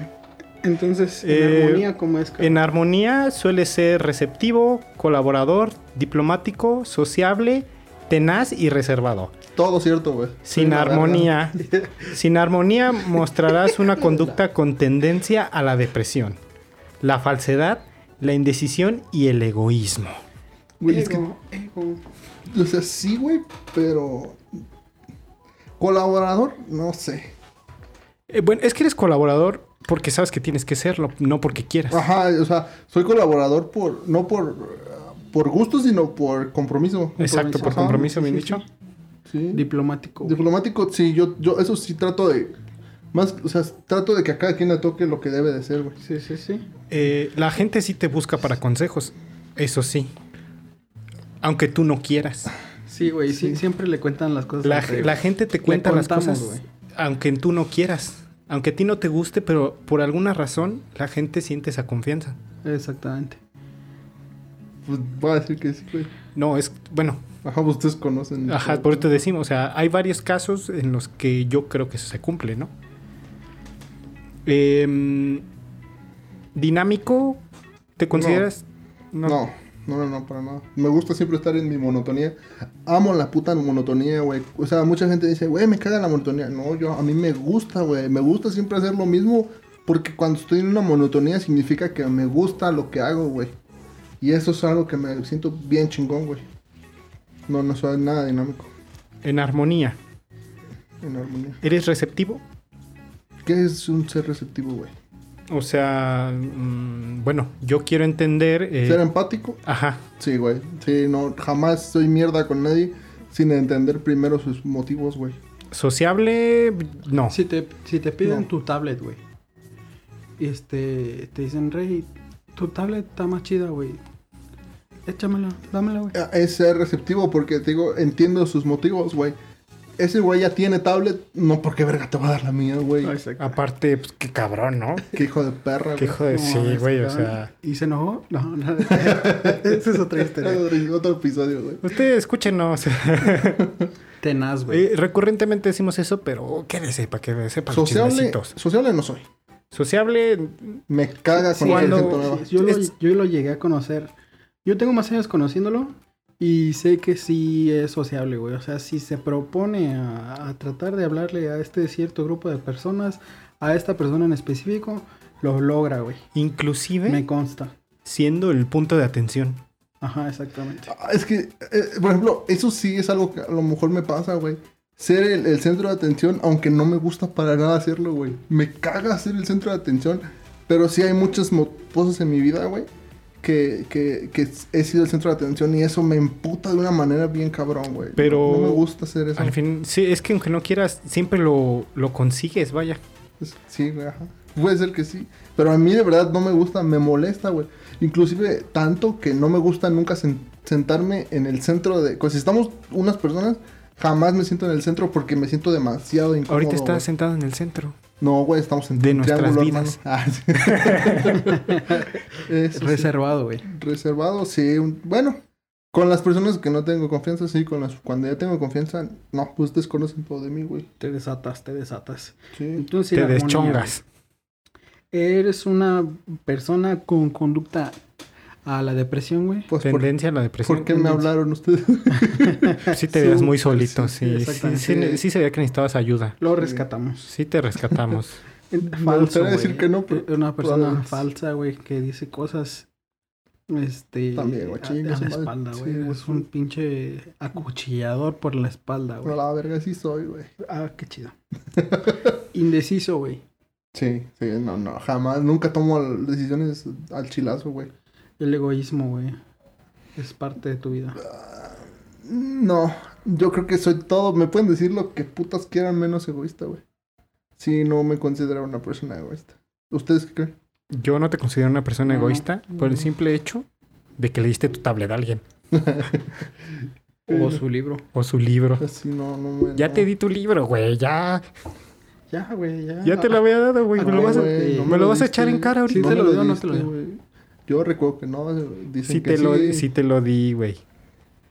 C: Entonces, en
A: Eh,
C: armonía, ¿cómo es?
A: En armonía suele ser receptivo, colaborador, diplomático, sociable, tenaz y reservado.
B: Todo cierto, güey. Soy
A: Sin
B: la verga.
A: armonía, sin armonía mostrarás una conducta con tendencia a la depresión, la falsedad, la indecisión y el egoísmo.
B: Güey, es que,
C: Ego, ego.
B: o sea, sí, güey, pero. Colaborador, no sé.
A: Eh, bueno, es que eres colaborador porque sabes que tienes que serlo, no porque quieras.
B: Ajá, o sea, soy colaborador por. No por. uh, Por gusto, sino por compromiso.
A: Exacto, por
B: Ajá,
A: compromiso,
B: sí,
A: bien
B: sí,
A: dicho.
B: Sí.
C: Diplomático. güey.
B: Diplomático, sí, yo, yo eso sí trato de. Más, o sea, trato de que a cada quien le toque lo que debe de ser, güey.
C: Sí, sí, sí.
A: Eh, la gente sí te busca para consejos, eso sí. Aunque tú no quieras.
C: Sí, güey. sí,
B: Sí.
C: siempre le cuentan las cosas.
A: La,
C: al
B: eh,
C: revés.
A: la gente te cuenta las
C: contamos,
A: cosas
C: güey.
A: aunque tú no quieras. Aunque a ti no te guste, pero por alguna razón la gente siente esa confianza.
C: Exactamente.
B: Pues voy a decir que sí, güey.
A: No, es, bueno,
B: Ajá, pues ustedes conocen.
A: ajá, por eso te decimos, o sea, hay varios casos en los que yo creo que eso se cumple, ¿no? Em, dinámico, ¿te consideras?
B: No. no, no, no, para nada. Me gusta siempre estar en mi monotonía. Amo la puta monotonía, güey. O sea, mucha gente dice, güey, me caga la monotonía. No, yo, a mí me gusta, güey. Me gusta siempre hacer lo mismo. Porque cuando estoy en una monotonía significa que me gusta lo que hago, güey. Y eso es algo que me siento bien chingón, güey. No, no soy nada dinámico.
A: En armonía,
B: En armonía.
A: ¿eres receptivo?
B: ¿Qué es un ser receptivo, güey?
A: O sea, mm, bueno, yo quiero entender... eh,
B: ¿Ser em- empático?
A: ajá,
B: Sí, güey. Sí, no, jamás soy mierda con nadie sin entender primero sus motivos, güey.
A: sociable, no.
C: Si te, si te piden
B: No.
C: tu tablet, güey. Y este, te dicen, Rey, tu tablet está más chida, güey. Échamela, dámela, güey.
B: Es ser receptivo porque, te digo, entiendo sus motivos, güey. Ese güey ya tiene tablet, no porque verga te va a dar la mía, güey.
C: Exacto.
A: Aparte, pues qué cabrón, ¿no?
B: Qué hijo de perra,
A: Ah, Qué
B: güey.
A: hijo de...
C: No,
A: sí,
C: mames,
A: güey, o
C: cabrón.
A: sea...
C: ¿Y se enojó? No, no. Esa es otra historia.
B: Otro episodio, güey.
A: Ustedes escúchenos.
C: Tenaz, güey.
A: Eh, recurrentemente decimos eso, pero quédese para que sepan los
B: Sociable,
A: chismecitos.
B: sociable no soy.
A: Sociable,
B: Me caga
C: Ah, Sí,
B: con la
A: Cuando-
B: gente nueva.
C: sí, yo, lo,
A: Es-
C: yo lo llegué a conocer. Yo tengo más años conociéndolo y sé que sí es sociable, güey. O sea, si se propone a, a tratar de hablarle a este cierto grupo de personas, a esta persona en específico, lo logra, güey.
A: inclusive
C: Me consta.
A: siendo el punto de atención.
C: Ajá, exactamente.
B: Ah, Es que, eh, por ejemplo, eso sí es algo que a lo mejor me pasa, güey. Ser el, el centro de atención, aunque no me gusta para nada hacerlo, güey. Me caga ser el centro de atención. Pero sí hay muchas mo- cosas en mi vida, güey, que, que, que he sido el centro de atención y eso me emputa de una manera bien cabrón, güey.
A: Pero-
B: No, no me gusta hacer eso.
A: Al fin, sí, es que aunque no quieras, siempre lo, lo consigues, vaya.
B: Es- Pues, Sí, güey, ajá. Puede ser que sí. Pero a mí de verdad no me gusta, me molesta, güey. Inclusive tanto que no me gusta nunca sen- sentarme en el centro de... Pues, si estamos unas personas, jamás me siento en el centro porque me siento demasiado incómodo.
A: Ahorita estás
B: güey.
A: sentado en el centro.
B: No, güey, estamos en
A: De
B: un
A: nuestras
B: triángulo, Ah,
A: vidas.
B: hermano. Ah, sí. Eso sí.
C: Reservado, güey.
B: Reservado, sí. un- Bueno, Con las personas que no tengo confianza, sí, con las cuando ya tengo confianza, no, pues desconocen todo de mí, güey.
C: Te desatas, te desatas.
B: Sí.
C: Entonces,
A: Te
C: la armonía,
A: deschongas.
C: güey. Eres una persona con conducta a la depresión, güey.
B: Pues por,
A: Tendencia a la depresión.
B: ¿por qué me hablaron ustedes?
A: Sí te
C: Sí,
A: veías muy
C: sí,
A: solito, sí.
C: sí,
A: Sí,
C: exactamente.
A: sí, sí se veía que necesitabas ayuda.
C: Lo rescatamos.
A: Sí te rescatamos.
B: Me gustaría
C: güey.
B: decir que no, pero
C: Es una persona
B: probablemente.
C: falsa, güey, que dice cosas. Este.
B: También, güey,
C: a-
B: chingue
C: A,
B: su
C: la
B: madre.
C: espalda,
B: Sí,
C: güey.
B: güey,
C: es un
B: sí.
C: pinche acuchillador por la espalda,
B: no
C: güey.
B: la verga sí soy, güey.
C: Ah, qué chido. Indeciso, güey.
B: Sí, sí, no, no, jamás, nunca tomo al- decisiones al chilazo, güey.
C: El egoísmo, güey. Es parte de tu vida.
B: No, yo creo que soy todo, me pueden decir lo que putas quieran menos egoísta, güey. Sí, no me considero una persona egoísta. ¿Ustedes qué creen?
A: Yo no te considero una persona
C: No, no.
A: egoísta por el simple hecho de que le diste tu tablet a alguien
C: O su libro.
A: o su libro.
B: Así no, no me...
A: Ya
B: Pues, no.
A: te di tu libro, güey, ya.
C: Ya, güey, ya.
A: Ya te lo había dado, güey. Me
C: Ah,
A: lo vas a-
C: güey.
A: me lo vas a echar en cara
C: ahorita.
B: te
C: ¿Sí te
B: lo dio
C: lo dio o
B: no
C: no
B: me
C: te lo
B: diste,
C: dio?
B: güey. Yo recuerdo que no, dicen
A: Sí
B: que
A: te, lo,
B: sí.
A: sí te lo di, güey.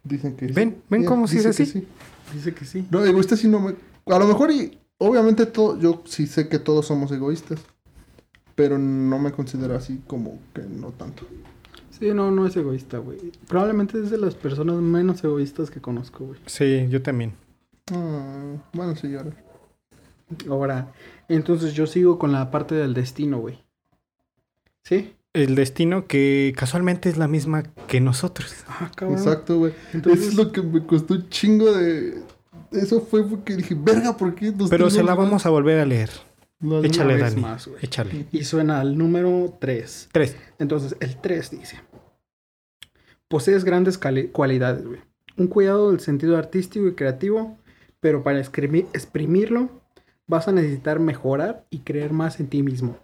B: Dicen que sí.
A: Ven, ven
B: Ya,
A: cómo sí es
B: dice que
A: así.
C: Ah, Dice que sí.
B: No, egoísta sí no me... A lo mejor y... Obviamente todo, yo sí sé que todos somos egoístas. Pero no me considero así como que no tanto.
C: Sí, no, no es egoísta, güey. Probablemente es de las personas menos egoístas que conozco, güey.
A: Sí, yo también.
B: Ah, bueno, sí, ahora.
C: Ahora, entonces yo sigo con la parte del destino, güey. ¿Sí?
A: El destino que casualmente es la misma que nosotros.
C: Ah,
B: Exacto, güey.
C: Entonces-
B: Eso es lo que me costó un chingo de... Eso fue porque dije, verga, ¿por qué? nos
A: Pero se
B: tenemos
A: la vamos a volver a leer.
B: la- la-
A: Échale,
C: vez
A: Dani.
C: más, güey.
A: Échale.
C: Y suena al número 3.
A: Tres.
C: Entonces, el 3 dice: Posees grandes cali- cualidades, güey. Un cuidado del sentido artístico y creativo, pero para escribir, exprimirlo vas a necesitar mejorar y creer más en ti mismo.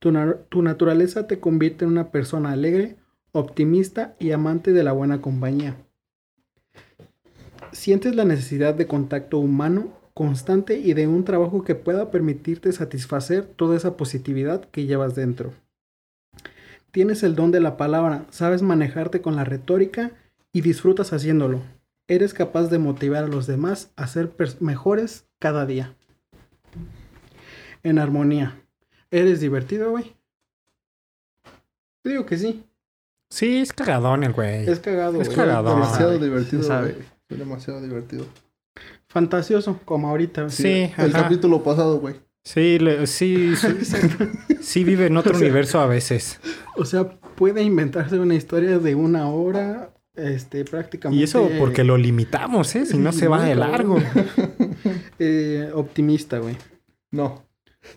C: Tu, na- tu naturaleza te convierte en una persona alegre, optimista y amante de la buena compañía. Sientes la necesidad de contacto humano constante y de un trabajo que pueda permitirte satisfacer toda esa positividad que llevas dentro. Tienes el don de la palabra, sabes manejarte con la retórica y disfrutas haciéndolo. Eres capaz de motivar a los demás a ser pers- mejores cada día. En armonía. ¿Eres divertido, güey? Te digo que sí.
A: Sí, es cagadón el güey.
C: Es cagado,
A: Es
C: güey.
A: cagado.
B: demasiado
C: Sabe,
B: divertido,
C: se sabe.
B: güey. Fue demasiado divertido.
C: Fantasioso, como ahorita. güey.
A: Sí,
B: El
A: ajá.
B: capítulo pasado, güey.
A: Sí, le- sí, sí, sí vive en otro universo a veces.
C: O sea, puede inventarse una historia de una hora, este, prácticamente.
A: Y eso porque lo limitamos, ¿eh? Si no se va de largo.
C: eh, optimista, güey.
B: No.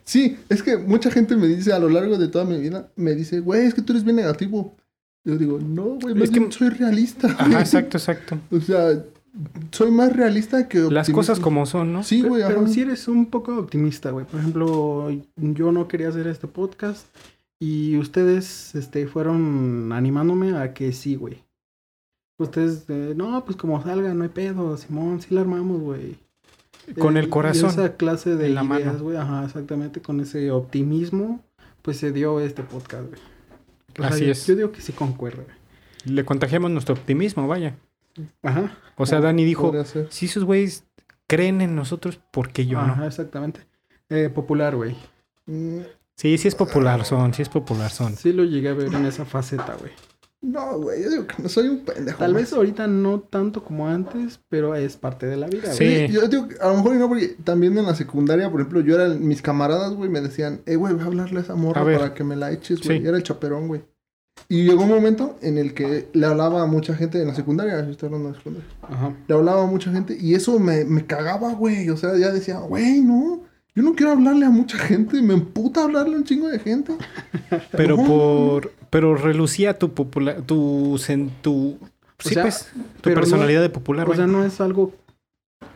B: Sí, es que mucha gente me dice a lo largo de toda mi vida, me dice, güey, es que tú eres bien negativo. Yo digo, no, güey, más
A: Es que-
B: bien soy realista.
A: Ajá, exacto, exacto.
B: O sea, soy más realista que
A: Las
B: optimista.
A: cosas como son, ¿no?
B: Sí,
C: Pe-
B: güey,
C: Pero
B: ajá.
C: si eres un poco optimista, güey. Por ejemplo, yo no quería hacer este podcast y ustedes este, fueron animándome a que sí, güey. Ustedes, eh, no, pues como salga, no hay pedo, Simón, sí la armamos, güey.
A: Con
C: Eh,
A: el
C: y
A: corazón
C: Esa clase de
A: en la
C: ideas,
A: mano.
C: güey, ajá, exactamente, con ese optimismo, pues se dio este podcast, güey. O sea,
A: Así
C: yo-
A: es.
C: Yo digo que sí concuerda, güey.
A: Le contagiamos nuestro optimismo, vaya.
C: Ajá.
A: O sea, Dani dijo,
B: Podría ser.
A: si esos güeyes creen en nosotros, ¿por qué yo
C: ajá,
A: no?
C: exactamente. Eh, popular, güey.
B: Mm,
A: Sí, sí es popular son, sí es popular son.
C: Sí lo llegué a ver en esa faceta, güey.
B: No, güey, yo digo que no soy un pendejo.
C: Tal
B: güey.
C: vez ahorita no tanto como antes, pero es parte de la vida,
A: Sí.
C: güey.
B: Oye, Yo digo, que a lo mejor y no, porque también en la secundaria, por ejemplo, yo era, el- mis camaradas, güey, me decían, eh, güey, voy a hablarle a esa morra
A: A ver.
B: para que me la eches, güey.
A: Sí.
B: Yo Era el chaperón, güey. Y llegó un momento en el que le hablaba a mucha gente en la secundaria, yo estoy hablando de la secundaria.
C: Ajá.
B: Le hablaba a mucha gente y eso me, me cagaba, güey. O sea, ya decía, güey, no, yo no quiero hablarle a mucha gente, me emputa hablarle a un chingo de gente.
A: Pero
B: Ujú.
A: por... Pero relucía tu popular... Tu... sen- tu
C: O
A: sí,
C: sea,
A: pues, tu
C: pero no-
A: personalidad de popular,
C: O sea,
A: güey.
C: no es algo,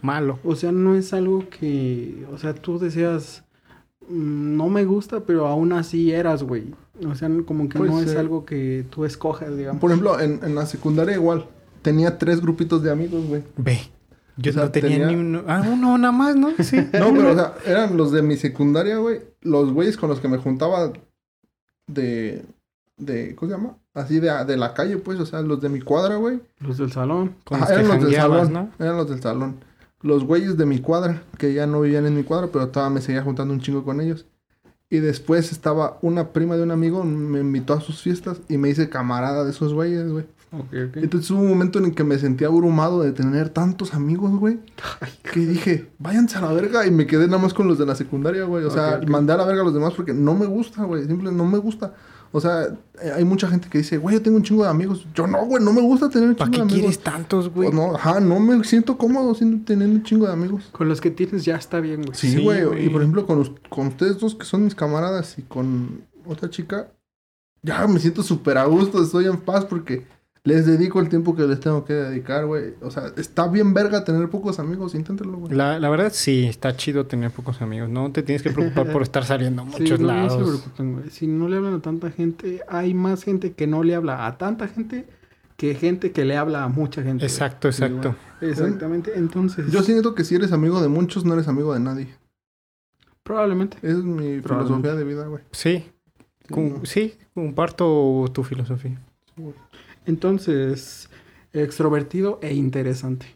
A: Malo.
C: o sea, no es algo que, o sea, tú decías, "Mm, no me gusta, pero aún así eras, güey. O sea, como que
B: Puede
C: no es
B: ser.
C: algo que tú escojas, digamos.
B: Por ejemplo, en, en la secundaria igual, tenía tres grupitos de amigos, güey.
A: Ve. Yo
B: O sea,
A: no tenía,
B: tenía-
A: ni uno... Ah, uno nada más, ¿no? Sí.
B: No, pero, o sea, eran los de mi secundaria, güey. Los güeyes con los que me juntaba de... de, ¿cómo se llama? Así de, de la calle, pues, o sea, los de mi cuadra, güey.
C: Los del salón.
A: Con los que
B: Ajá, ah, eran los del
A: jangueabas,
B: salón,
A: ¿no?
B: eran los del salón. Los güeyes de mi cuadra, que ya no vivían en mi cuadra, pero todavía me seguía juntando un chingo con ellos. Y después estaba una prima de un amigo, me invitó a sus fiestas y me hice camarada de esos güeyes, güey.
C: Ok, ok.
B: Entonces hubo un momento en el que me sentía abrumado de tener tantos amigos, güey. Que dije, váyanse a la verga. Y me quedé nada más con los de la secundaria, güey. O sea,
C: Ok, ok.
B: mandé a la verga a los demás porque no me gusta, güey. Simple, no me gusta. O sea, eh, hay mucha gente que dice, güey, yo tengo un chingo de amigos. Yo no, güey, no me gusta tener un
A: ¿Para
B: chingo de
A: qué
B: amigos.
A: quieres tantos, güey?
B: Pues no, ajá, no me siento cómodo siendo, teniendo un chingo de amigos.
C: Con los que tienes ya está bien, güey.
A: Sí,
B: Sí, güey.
A: güey.
B: y por ejemplo, con, los- con ustedes dos que son mis camaradas y con otra chica, ya me siento súper a gusto, estoy en paz porque les dedico el tiempo que les tengo que dedicar, güey. O sea, está bien verga tener pocos amigos, inténtalo, güey.
A: La, la verdad, sí, está chido tener pocos amigos. No te tienes que preocupar por estar saliendo a
C: Sí,
A: muchos
C: no, no se
A: lados.
C: preocupen, güey. Si no le hablan a tanta gente, hay más gente que no le habla a tanta gente que gente que le habla a mucha gente. güey.
A: Exacto,
C: Sí, güey.
A: exacto.
C: Exactamente. Entonces,
B: Yo siento que si eres amigo de muchos, no eres amigo de nadie.
C: probablemente.
B: Esa es mi filosofía de vida, güey.
A: Sí,
B: Sí,
A: cum-
B: no.
A: sí, comparto tu filosofía.
C: Entonces, extrovertido e interesante.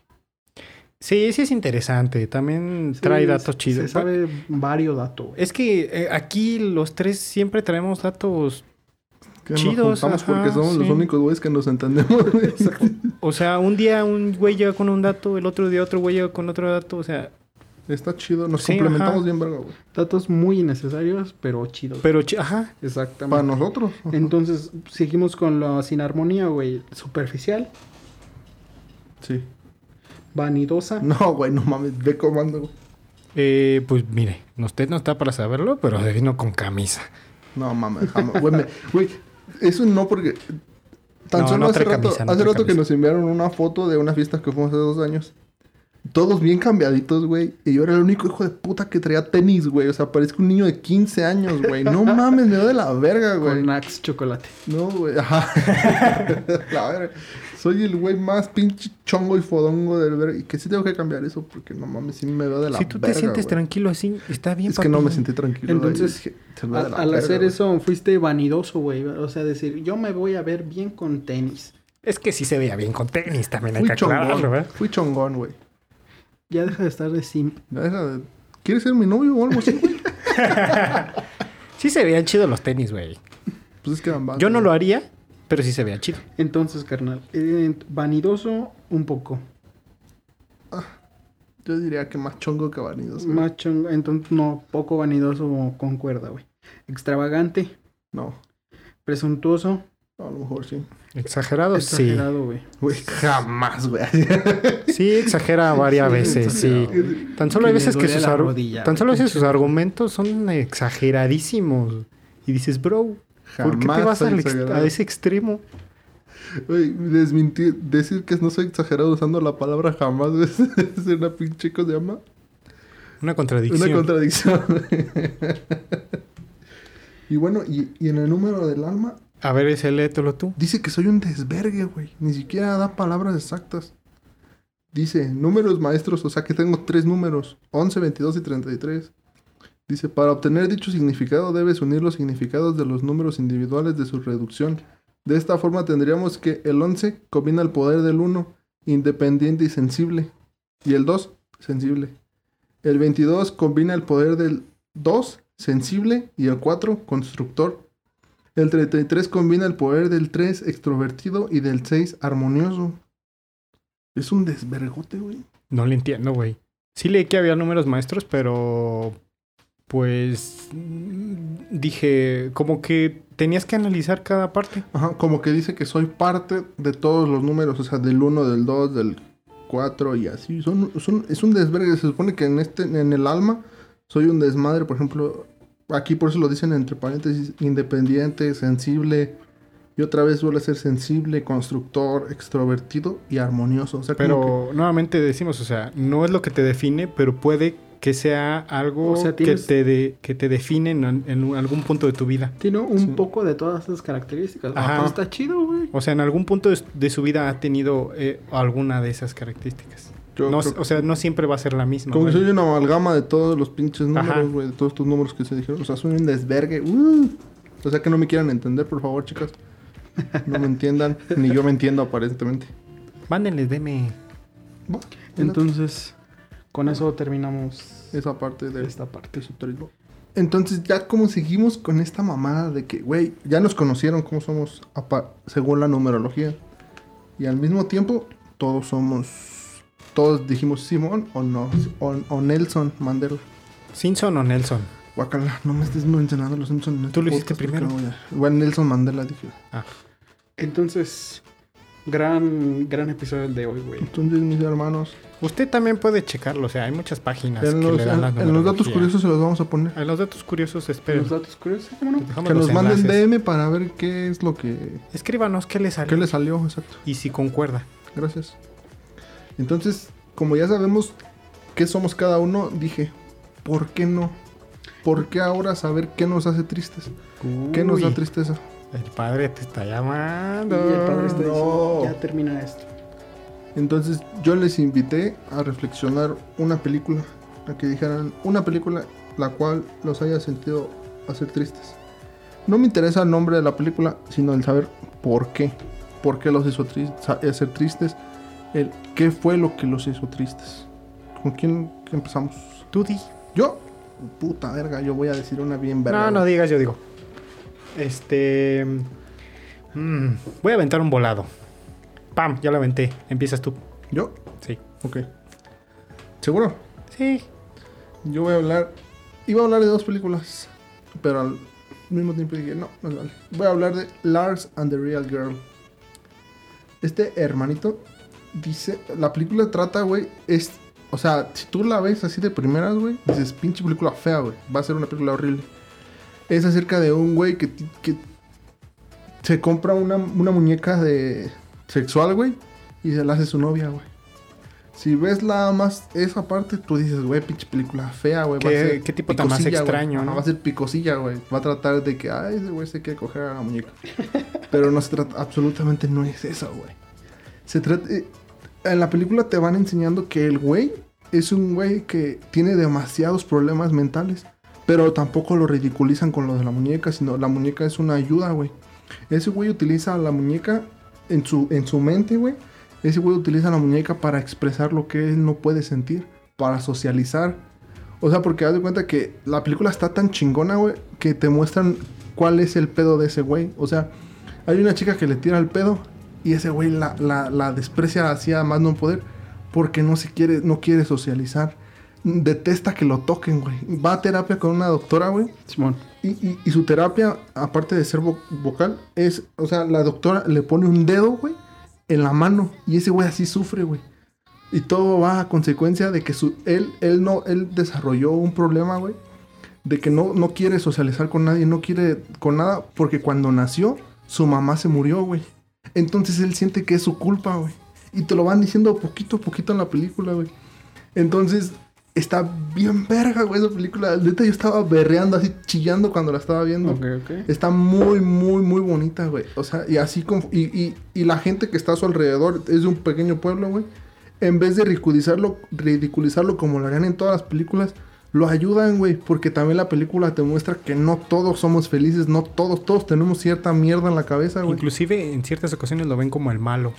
A: Sí, sí es interesante. También trae
C: Sí,
A: datos
C: se-
A: chidos.
C: Se sabe varios datos, güey.
A: Es que eh, aquí los tres siempre traemos datos.
B: Que nos
A: Chidos,
B: juntamos
A: ajá,
B: porque somos los
A: sí.
B: únicos güeyes que nos entendemos. Exacto.
A: O sea, un día un güey llega con un dato, el otro día otro güey llega con otro dato. O sea,
B: Está chido, nos
A: Sí,
B: complementamos
A: ajá.
B: bien verga, güey.
C: Datos muy innecesarios, pero chidos.
A: pero, chi- ajá,
B: Para
C: Exactamente.
B: nosotros. ajá.
C: Entonces, seguimos con la sin armonía, güey. Superficial,
B: Sí.
C: vanidosa.
B: No, güey, no mames, ve comando, güey.
A: eh, pues mire, usted no está para saberlo, pero se vino con camisa.
B: No mames, jamás. Güey, me- güey, eso no porque. Tan
A: No,
B: solo
A: no
B: hace
A: trae
B: rato,
A: camisa, no
B: hace
A: trae
B: rato que
A: camisa.
B: nos enviaron una foto de una fiesta que fuimos hace dos años. Todos bien cambiaditos, güey. Y yo era el único hijo de puta que traía tenis, güey. O sea, parezco un niño de 15 años, güey. No mames, me da de la verga, güey.
C: Con Axe Chocolate.
B: No, güey. Ajá. la verga. Soy el güey más pinche chongo y fodongo del verga. Y que sí tengo que cambiar eso porque no mames, sí me veo de la verga.
A: si tú te sientes
B: güey.
A: tranquilo así, está bien.
B: Es que no
A: papi.
B: me sentí tranquilo. güey.
C: Entonces,
B: Dije, "Te veo
C: A-
B: de Pues la
C: al
B: verga,
C: hacer
B: güey".
C: eso, fuiste vanidoso, güey. O sea, decir, yo me voy a ver bien con tenis.
A: Es que sí se veía bien con tenis, también hay
B: Fui
A: que aclararlo,
B: chongón.
A: ¿verdad?
B: Fui chongón, güey.
C: Ya deja de estar de simp.
B: Ya era de, ¿Quieres ser mi novio o algo así, güey?
A: Sí se veían chidos los tenis, güey.
B: Pues es que eran vatos,
A: Yo no lo
B: güey.
A: haría, pero sí se veía chido.
C: Entonces, carnal, eh, vanidoso un poco.
B: Yo diría que más chongo que vanidoso. güey.
C: Más chongo, entonces no, poco vanidoso concuerda, güey. Extravagante,
B: No,
C: presuntuoso,
B: a lo mejor sí.
A: Exagerado,
C: exagerado, güey.
B: Güey, jamás, güey.
A: sí. Sí, exagera varias
C: Sí,
A: veces, sí.
C: exagerado, güey.
A: Tan solo
C: Que
A: hay
C: le
A: veces que
C: duele
A: sus,
C: la
A: argu-
C: rodilla,
A: tan solo a
C: güey.
A: veces sus argumentos son exageradísimos. Y dices, bro,
B: Jamás.
A: ¿por qué te vas
B: soy
A: al ex-
B: exagerado.
A: a ese extremo?
B: Güey, desmentir, decir que no soy exagerado usando la palabra jamás güey, es una pinche, ¿cómo se llama?
A: Una contradicción.
B: Una contradicción. y bueno, y, y en el número del alma,
A: A ver, ese léetelo tú.
B: Dice que soy un desvergue, güey. Ni siquiera da palabras exactas. Dice, números maestros, o sea que tengo tres números, 11, 22 y 33. Dice, para obtener dicho significado debes unir los significados de los números individuales de su reducción. De esta forma tendríamos que el 11 combina el poder del 1, independiente y sensible. Y el 2, sensible. El 22 combina el poder del 2, sensible. Y el 4, constructor. El 33 combina el poder del 3 extrovertido y del 6 armonioso. Es un desvergote, güey.
A: No le entiendo, güey. Sí leí que había números maestros, pero pues mm, dije, como que tenías que analizar cada parte.
B: Ajá, como que dice que soy parte de todos los números, o sea, del 1, del 2, del 4 y así. Son, son- es un desvergue, se supone que en, este, en el alma soy un desmadre, por ejemplo, aquí por eso lo dicen entre paréntesis, independiente, sensible, y otra vez suele ser sensible, constructor, extrovertido y armonioso. O sea, como que-
A: Pero nuevamente decimos, o sea, no es lo que te define, pero puede que sea algo
C: O sea,
A: que,
C: tienes-
A: te de- que te define en, en algún punto de tu vida.
C: Tiene un
B: Sí.
C: poco de todas esas características. güey.
A: Ajá.
C: Está chido, güey.
A: O sea, en algún punto de, de su vida ha tenido eh, alguna de esas características.
B: Yo
A: No,
B: creo
A: O sea, no siempre va a ser la misma.
B: Como que
A: güey.
B: soy una amalgama de todos los
A: Ajá.
B: pinches números, güey. De todos tus números que se dijeron. O sea, soy un desvergue. Uh. O sea que no me quieran entender, por favor, chicas. No me entiendan, ni yo me entiendo aparentemente.
A: Mándenles DM.
B: Va,
C: Entonces, con eso terminamos
B: esa parte de
C: esta parte.
B: esoterismo. Entonces, ya como seguimos con esta mamada de que, güey, ya nos conocieron cómo somos apa- según la numerología. Y al mismo tiempo, todos somos. Todos dijimos Simón o no. O, o Nelson Mandela.
A: ¿Simpson o Nelson?
B: Guacala, no me estés mencionando los Simpsons. en
A: Tú
B: este
A: lo hiciste
B: podcast,
A: primero.
B: porque no voy a- Bueno, Nelson Mandela dije.
A: Ah,
C: Entonces, gran, gran episodio el de hoy, güey.
B: Entonces, mis hermanos,
A: Usted también puede checarlo, o sea, hay muchas páginas
B: en
A: que
B: los,
A: le dan
B: en-
A: las
B: en los datos
A: numerologías.
B: curiosos se los vamos a poner.
A: En los datos curiosos, esperen.
C: Los datos curiosos, ¿cómo no?
A: Dejamos
B: Que
A: los
B: nos manden
A: enlaces.
B: DM para ver qué es lo que.
A: Escríbanos qué les salió
B: ¿Qué le salió? Exacto.
A: y si concuerda.
B: Gracias. Entonces, como ya sabemos qué somos cada uno, dije, ¿por qué no? ¿Por qué ahora saber qué nos hace tristes? ¿Qué nos da
A: Uy,
B: tristeza?
A: El padre te está
C: Y
A: llamando.
C: el padre está diciendo,
B: No.
C: ya termina esto.
B: Entonces, yo les invité a reflexionar una película, a que dijeran una película la cual los haya sentido hacer tristes. No me interesa el nombre de la película, sino el saber por qué. ¿Por qué los hizo tris- sa- hacer tristes? El, ¿Qué fue lo que los hizo tristes? ¿Con quién empezamos?
A: Tú di.
B: Yo, puta verga, yo voy a decir una bien verga.
A: No, no digas, yo digo. Este. mm, voy a aventar un volado. Pam, ya lo aventé. Empiezas tú.
B: ¿Yo?
A: Sí.
B: Ok. ¿Seguro?
A: Sí.
B: Yo voy a hablar. Iba a hablar de dos películas, pero al mismo tiempo dije, no, no vale. Voy a hablar de Lars and the Real Girl. Este hermanito dice. La película trata, güey, es. O sea, si tú la ves así de primeras, güey, dices, pinche película fea, güey. Va a ser una película horrible. Es acerca de un güey que, ti- que se compra una, una muñeca de sexual, güey, y se la hace su novia, güey. Si ves la más esa parte, tú dices, güey, pinche película fea, güey. va a
A: Qué-
B: ser
A: qué tipo tan más
B: picosilla, güey.
A: extraño,
B: Ajá,
A: ¿no?
B: Va a ser picosilla, güey. Va a tratar de que, ay, ese güey se quiere coger a la muñeca. Pero no se trata, absolutamente no es eso, güey. Se trata. eh, En la película te van enseñando que el güey es un güey que tiene demasiados problemas mentales. Pero tampoco lo ridiculizan con lo de la muñeca, sino la muñeca es una ayuda, güey. Ese güey utiliza la muñeca en su, en su mente, güey. Ese güey utiliza la muñeca para expresar lo que él no puede sentir, para socializar. O sea, porque haz de cuenta que la película está tan chingona, güey, que te muestran cuál es el pedo de ese güey. O sea, hay una chica que le tira el pedo y ese güey la, la- la desprecia así a más no poder porque no se quiere, no quiere socializar. Detesta que lo toquen, güey. Va a terapia con una doctora, güey.
C: Simón.
B: Y, y- y su terapia, aparte de ser vo- vocal, es, o sea, la doctora le pone un dedo, güey, en la mano. Y ese güey así sufre, güey. Y todo va a consecuencia de que su, él, él no, él desarrolló un problema, güey. De que no, no quiere socializar con nadie, no quiere con nada, porque cuando nació, su mamá se murió, güey. Entonces él siente que es su culpa, güey. Y te lo van diciendo poquito a poquito en la película, güey. Entonces, está bien verga, güey, esa película. Neta, yo estaba berreando, así chillando cuando la estaba viendo.
C: Ok, ok.
B: Está muy, muy, muy bonita, güey. O sea, y así como... Y, y- y la gente que está a su alrededor es de un pequeño pueblo, güey. En vez de ridiculizarlo, ridiculizarlo como lo harían en todas las películas, lo ayudan, güey. Porque también la película te muestra que no todos somos felices, no todos, todos tenemos cierta mierda en la cabeza, güey.
A: Inclusive en ciertas ocasiones lo ven como el malo.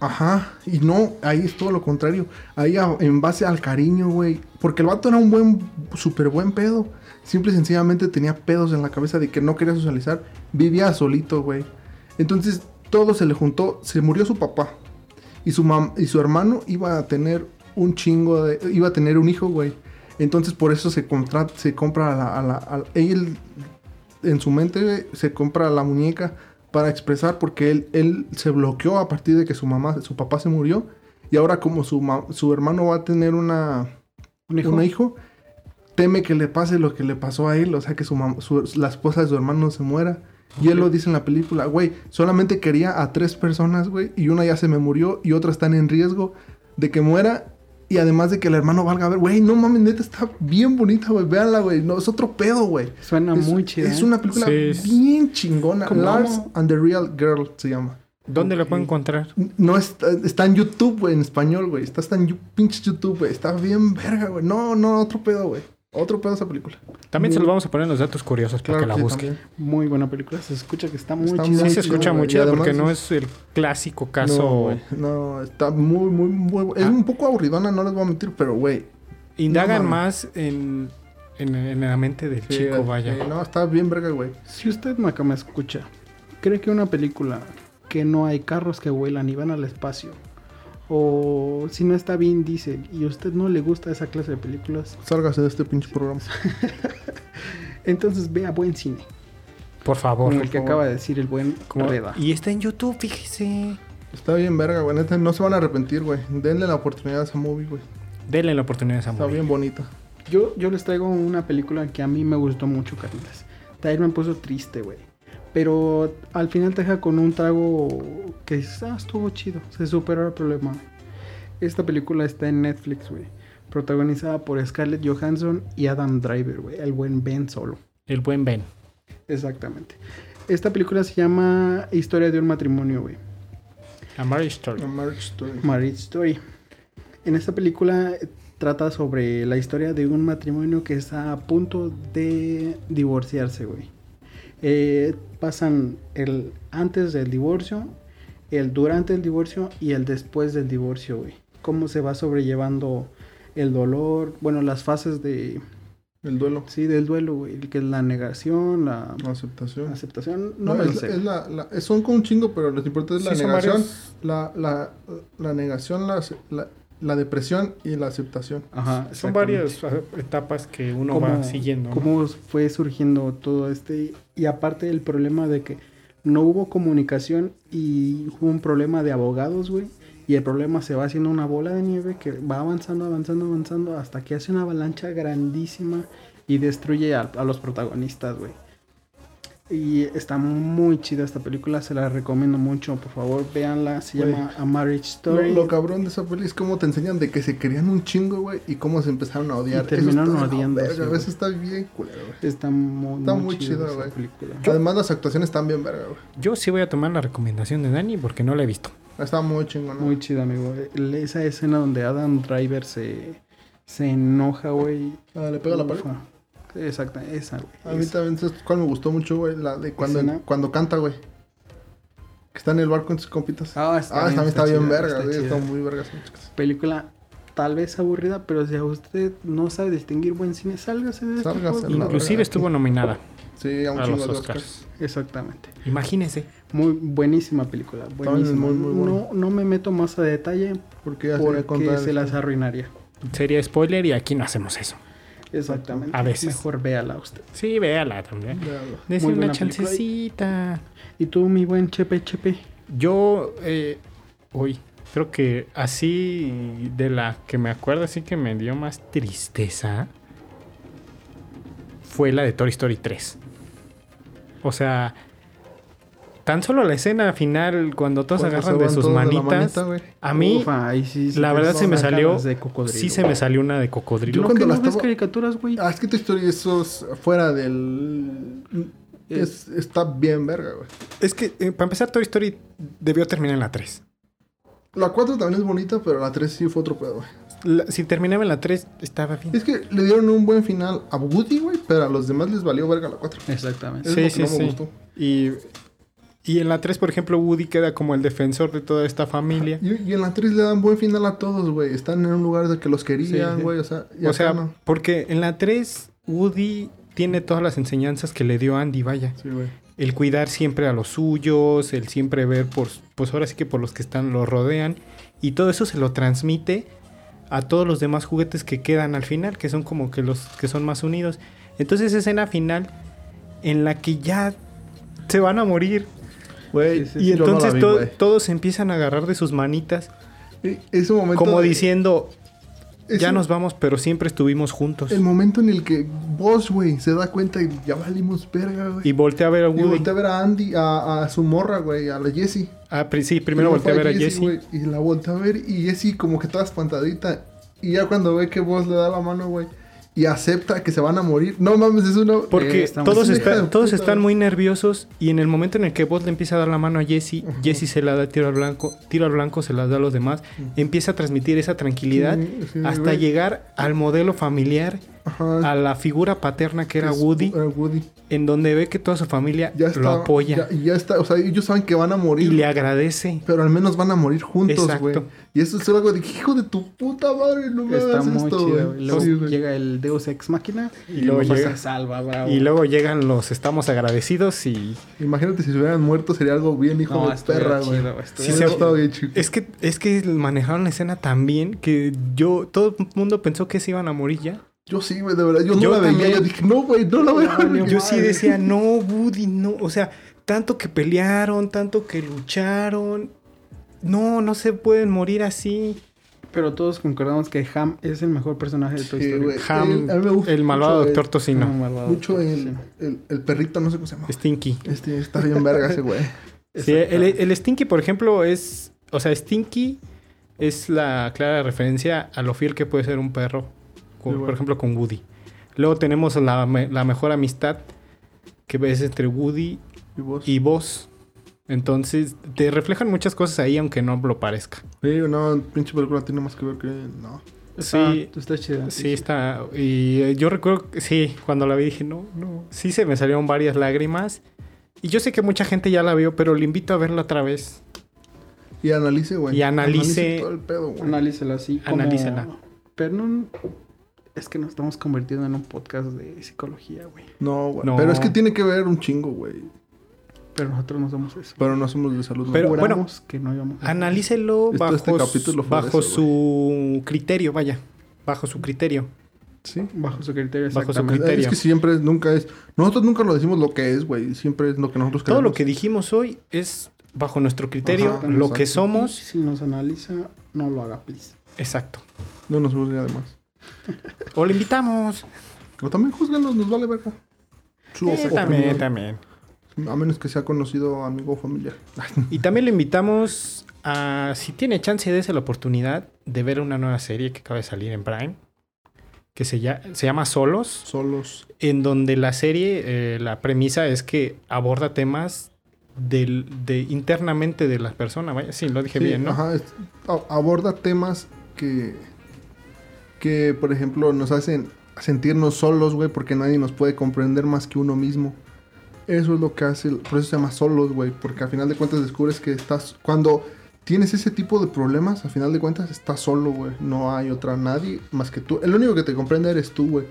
B: Ajá, y no, ahí es todo lo contrario. Ahí a- en base al cariño, güey. Porque el vato era un buen, súper buen pedo. Simple y sencillamente tenía pedos en la cabeza de que no quería socializar. Vivía solito, güey. Entonces todo se le juntó. Se murió su papá. Y su, mam y su hermano iba a tener un chingo de... Iba a tener un hijo, güey. Entonces por eso se, contra se compra a la... A la a- él en su mente güey, se compra la muñeca para expresar porque él, él se bloqueó a partir de que su mamá, su papá se murió y ahora como su, ma- su hermano va a tener una,
C: ¿Un hijo?
B: un hijo, teme que le pase lo que le pasó a él, o sea que su, mam- su- la esposa de su hermano se muera. Y él
C: Ok.
B: lo dice en la película, güey, solamente quería a tres personas, güey, y una ya se me murió y otra están en riesgo de que muera. Y además de que el hermano valga a ver, güey, no mames, neta, está bien bonita, güey, véanla, güey, no, es otro pedo, güey.
C: Suena
B: Es-
C: muy chida.
B: Es
C: ¿eh?
B: una película
A: Sí, es-
B: bien chingona.
C: ¿Cómo?
B: Lars and the Real Girl se llama.
A: ¿Dónde lo
C: Ok.
A: puedo encontrar?
B: No está, está en YouTube, güey, en español, güey. Está, está en you- pinche YouTube, güey. Está bien verga, güey. No, no, otro pedo, güey. Otro pedo esa película.
A: También se
C: Muy-
A: los vamos a poner en los datos curiosos para Mm. que la
B: sí,
A: busquen.
B: también.
C: Muy buena película. Se escucha que está muy
B: Está
C: chida.
A: Sí, se
B: Muy
A: escucha
B: chido,
A: muy
B: güey.
A: chida
B: Y
A: porque
B: además
A: no es el clásico
B: No,
A: caso.
B: güey, no, está muy, muy, muy. bu- Es
A: Ah.
B: un poco aburridona, no les voy a mentir, pero güey.
A: Indagan
B: No,
A: más en, en- en la mente del
B: sí,
A: chico,
B: eh,
A: vaya.
B: eh, no, está bien verga, güey.
C: Si usted, Maca, me escucha, cree que una película que no hay carros que vuelan y van al espacio, o si no está bien Diesel y a usted no le gusta esa clase de películas,
B: Sálgase de este pinche programa.
C: entonces vea buen cine.
A: Por favor.
C: Como el que
B: favor.
C: acaba de decir el buen
A: Como-
C: Reda.
A: y está en YouTube, fíjese.
B: Está bien verga, güey. Neta, no se van a arrepentir, güey. Denle la oportunidad a esa movie, güey.
A: Denle la oportunidad a esa
B: Está
A: movie.
B: bien bonita.
C: Yo, yo les traigo una película que a mí me gustó mucho, carnales. También me puso triste, güey. Pero al final te deja con un trago que dices, ah, estuvo chido. Se superó el problema. Esta película está en Netflix, güey. Protagonizada por Scarlett Johansson y Adam Driver, güey. El buen Ben solo.
A: El buen Ben.
C: Exactamente. Esta película se llama Historia de un matrimonio, güey.
A: A Marriage Story.
B: A Marriage Story.
C: Marriage Story. En esta película eh, trata sobre la historia de un matrimonio que está a punto de divorciarse, güey. Eh, pasan el antes del divorcio, el durante el divorcio y el después del divorcio, güey. Cómo se va sobrellevando el dolor, bueno, las fases de,
B: El duelo.
C: sí, del duelo, güey, el que es la negación, la
B: Aceptación.
C: aceptación, no, me
B: es,
C: lo sé.
B: es la- la- es- son como un chingo, pero lo importante es la
A: Sí, son
B: negación.
A: varios.
B: La, la, la negación, la, la, la depresión y la aceptación.
C: Ajá,
A: Son
C: exactamente.
A: varias ah, etapas que uno va siguiendo. ¿no?
C: cómo fue surgiendo todo este y aparte el problema de que no hubo comunicación y hubo un problema de abogados, güey, y el problema se va haciendo una bola de nieve que va avanzando, avanzando, avanzando hasta que hace una avalancha grandísima y destruye a, a los protagonistas, güey. Y está muy chida esta película, se la recomiendo mucho, por favor, véanla, se
B: Güey.
C: llama A Marriage
B: Lo,
C: Story.
B: lo cabrón de esa peli es cómo te enseñan de que se querían un chingo, güey, y cómo se empezaron a odiar. Eso
C: terminaron
B: está de la
C: odiándose,
B: verga, güey,
C: güey.
B: Eso está bien culero, güey.
C: Está muy,
B: Está muy
C: chida
B: chida,
C: esa
B: güey.
C: película.
B: Además, las actuaciones están bien verga, güey.
A: Yo sí voy a tomar la recomendación de Dani porque no la he visto.
B: Está muy chingón.
C: Muy chido, amigo. El- Esa escena donde Adam Driver se, se enoja, güey.
B: Ah, le pega la pared.
C: Ufa. Exacta, esa, güey.
B: A mí
C: Esa.
B: también, ¿sabes cuál me gustó mucho, güey? La de cuando,
C: Escena.
B: cuando canta, güey. Que está en el bar con sus compitas. Ah,
C: Ah,
B: esa también está, bien
C: chida,
B: verga,
C: está
B: güey.
C: chida.
B: Está muy verga. esa chica.
C: Película tal vez aburrida, pero si a usted no sabe distinguir buen cine, sálgase de este
B: Sálgase,
C: juego.
B: la
A: Inclusive
B: verdad.
A: estuvo nominada
B: Sí, a un
A: a
B: chingo
A: los
B: de
A: Oscars.
C: Exactamente.
A: Imagínense.
C: Muy buenísima película. Buenísima.
B: muy, muy buena.
C: no, no me meto más a detalle
B: Porque ya se
C: porque
B: contar
C: se
B: el-
C: las arruinaría.
A: Sería spoiler y aquí no hacemos eso.
C: Exactamente.
A: A veces.
C: Mejor véala usted.
A: Sí, véala también.
B: Ya, güey.
A: Dese
C: Muy
A: una
C: buena película.
A: chancecita.
C: Y tú, mi buen Chepe Chepe.
A: Yo, eh, uy, creo que así de la que me acuerdo, así que me dio más tristeza, fue la de Toy Story 3. O sea, tan solo la escena final, cuando todos
B: Cuando
A: agarran
B: se
A: de
B: van
A: sus
B: todos de la
A: manitas,
B: manita, güey.
A: a mí,
C: Ufa, ahí sí, sí
A: la
C: te
A: verdad se me
C: sacan
A: salió,
C: las de cocodrilo.
A: sí se me salió una de cocodrilo.
B: Yo
C: Yo
B: cuando
C: cuando
B: la
C: no ves
B: estaba-
C: caricaturas, güey.
B: Ah, es que tu historia eso es fuera del. Es, está bien verga, güey.
A: Es que, eh, para empezar, Toy Story debió terminar en la 3.
B: La 4 también es bonita, pero la 3 sí fue otro pedo, güey.
A: La- si terminaba en la 3, estaba bien.
B: Es que le dieron un buen final a Woody, güey, pero a los demás les valió verga la 4.
C: Exactamente.
B: Es lo que no me gustó.
A: Y, y en la 3, por ejemplo, Woody queda como el defensor de toda esta familia.
B: Y, y en la 3 le dan buen final a todos, güey. Están en un lugar de que los
C: Sí,
B: querían,
C: sí.
B: güey, o sea. y
A: O
B: acá
A: sea,
B: no.
A: porque en la 3, Woody tiene todas las enseñanzas que le dio Andy, vaya.
B: Sí, güey.
A: El cuidar siempre a los suyos, el siempre ver por, pues ahora sí que por los que están, los rodean. Y todo eso se lo transmite a todos los demás juguetes que quedan al final, que son como que los que son más unidos. Entonces, escena final en la que ya se van a morir.
B: Güey,
C: Sí, sí,
A: Y
B: yo no la
A: entonces
B: vi,
A: to-
B: güey.
A: todos empiezan a agarrar de sus manitas.
B: Y Ese momento.
A: Como
B: de-
A: diciendo,
B: ese-
A: ya nos vamos, pero siempre estuvimos juntos.
B: El momento en el que vos, güey, se da cuenta y ya valimos verga, güey.
A: Y volteé a ver a
B: Y
A: Woody.
B: voltea a ver a Andy, a, a su morra, güey, a la Jessie.
A: Ah, pri- sí, primero volteé
B: fue
A: a ver a
B: Jessie,
A: Jesse.
B: güey, Y la voltea a ver y Jessie como que estaba espantadita. Y ya cuando ve que vos le da la mano, güey, y acepta que se van a morir. No mames, es una...
A: Porque
C: Eh, estamos-
A: todos,
B: Hija de
A: están-
B: puta,
A: todos están muy
B: güey.
A: nerviosos y en el momento en el que Bot le empieza a dar la mano a Jesse, Jesse se la da tiro al blanco, tiro al blanco se la da a los demás, empieza a transmitir esa tranquilidad
B: Sí, sí,
A: hasta
B: güey.
A: llegar al modelo familiar
B: Ajá.
A: a la figura paterna que era
B: Es-
A: Woody,
B: Era Woody.
A: en donde ve que toda su familia
B: Ya
A: lo
B: está.
A: apoya
B: Ya, ya está. O sea, ellos saben que van a
A: y
B: morir.
A: le agradece.
B: Pero al menos van a morir juntos,
A: Exacto.
B: güey. Y eso es algo de que, hijo de tu puta madre, no me
C: Está
B: hagas
C: muy
B: esto,
C: chido.
B: güey.
C: Y luego
B: Sí, güey.
C: llega el Deus Ex Máquina
A: Y luego llega-
C: se salva, bravo.
A: Y luego llegan los estamos agradecidos y
B: Imagínate si se hubieran muerto, sería algo bien hijo
C: No,
B: de
C: estuviera
B: perra, güey.
C: chido, estuviera
B: Sí, se
A: chido.
B: ha estado bien chido.
A: es que es que manejaron la escena tan bien que yo todo el mundo pensó que se iban a morir ya.
B: Yo sí, güey, de verdad. Yo,
A: Yo
B: no la veía.
A: también.
B: Yo dije, no, güey, no la voy a ver.
C: no,
A: Yo sí
C: madre.
A: decía, no, Woody, no. O sea, tanto que pelearon, tanto que lucharon. No, no se pueden morir así.
C: Pero todos concordamos que Ham es el mejor personaje de Toy
B: Sí,
C: Story.
B: güey.
A: Ham,
B: Él- Eh, a mí me gusta
A: el malvado
B: mucho,
A: doctor
B: eh,
A: Tocino.
C: Ham, malvado.
B: Mucho
C: Sí.
B: el, el, el perrito, no sé cómo se llama.
A: Stinky.
B: Este está bien verga ese, güey.
A: Sí,
C: Exacto.
A: el, el Stinky, por ejemplo, es. O sea, Stinky es la clara referencia a lo fiel que puede ser un perro. con-
B: Sí, bueno.
A: Por ejemplo, con Woody. Luego tenemos la, me- la mejor amistad que ves entre Woody
B: Y vos.
A: y vos. Entonces, te reflejan muchas cosas ahí, aunque no lo parezca.
B: Sí, no, pinche película tiene más que ver que. No.
C: Está-
A: sí.
C: Está chida.
A: Sí, está. Y eh, yo recuerdo que sí, cuando la vi dije, no, no. Sí, se me salieron varias lágrimas. Y yo sé que mucha gente ya la vio, pero le invito a verla otra vez.
B: Y analice, güey.
A: Y analice-
B: todo el pedo, güey.
C: Analícela así. como-
A: Analícela.
C: Pero no... Es que nos estamos convirtiendo en un podcast de psicología, güey.
B: No, güey.
A: No.
B: Pero es que tiene que ver un chingo, güey.
C: Pero nosotros no somos eso.
B: Pero no somos de salud.
A: Pero,
B: mental.
A: bueno,
C: Juramos que no íbamos a-
A: Analícelo
B: Esto-
A: bajo,
B: este
A: s-
B: capítulo fue
A: bajo
B: eso,
A: su criterio, vaya. Bajo su criterio.
B: Sí.
C: Bajo su criterio.
A: Bajo su
C: exactamente.
A: criterio.
B: Es que siempre es, nunca es. Nosotros nunca lo decimos lo que es, güey. Siempre es lo que nosotros
A: Todo
B: queremos.
A: lo que dijimos hoy es bajo nuestro criterio,
B: Ajá,
A: lo
B: exacto.
A: que somos.
C: Si nos analiza, no lo haga, please.
A: Exacto.
B: No nos juzguen además.
A: O le invitamos.
B: O también juzguenos, nos vale verga. Su
A: Eh,
B: opinión.
A: también, también.
B: A menos que sea conocido, amigo o familiar.
A: Y también le invitamos a, si tiene chance, dése la oportunidad de ver una nueva serie que acaba de salir en Prime, que se, ya- se llama Solos,
B: Solos.
A: en donde la serie, eh, la premisa es que aborda temas del, de, internamente de las personas. Vaya, sí, lo dije
B: Sí,
A: bien, ¿no?
B: Ajá. es- a- aborda temas que. que, por ejemplo, nos hacen sentirnos solos, güey, porque nadie nos puede comprender más que uno mismo. Eso es lo que hace, el- por eso se llama solos, güey, porque al final de cuentas descubres que estás, cuando tienes ese tipo de problemas, al final de cuentas estás solo, güey, no hay otra nadie más que tú. El único que te comprende eres tú, güey.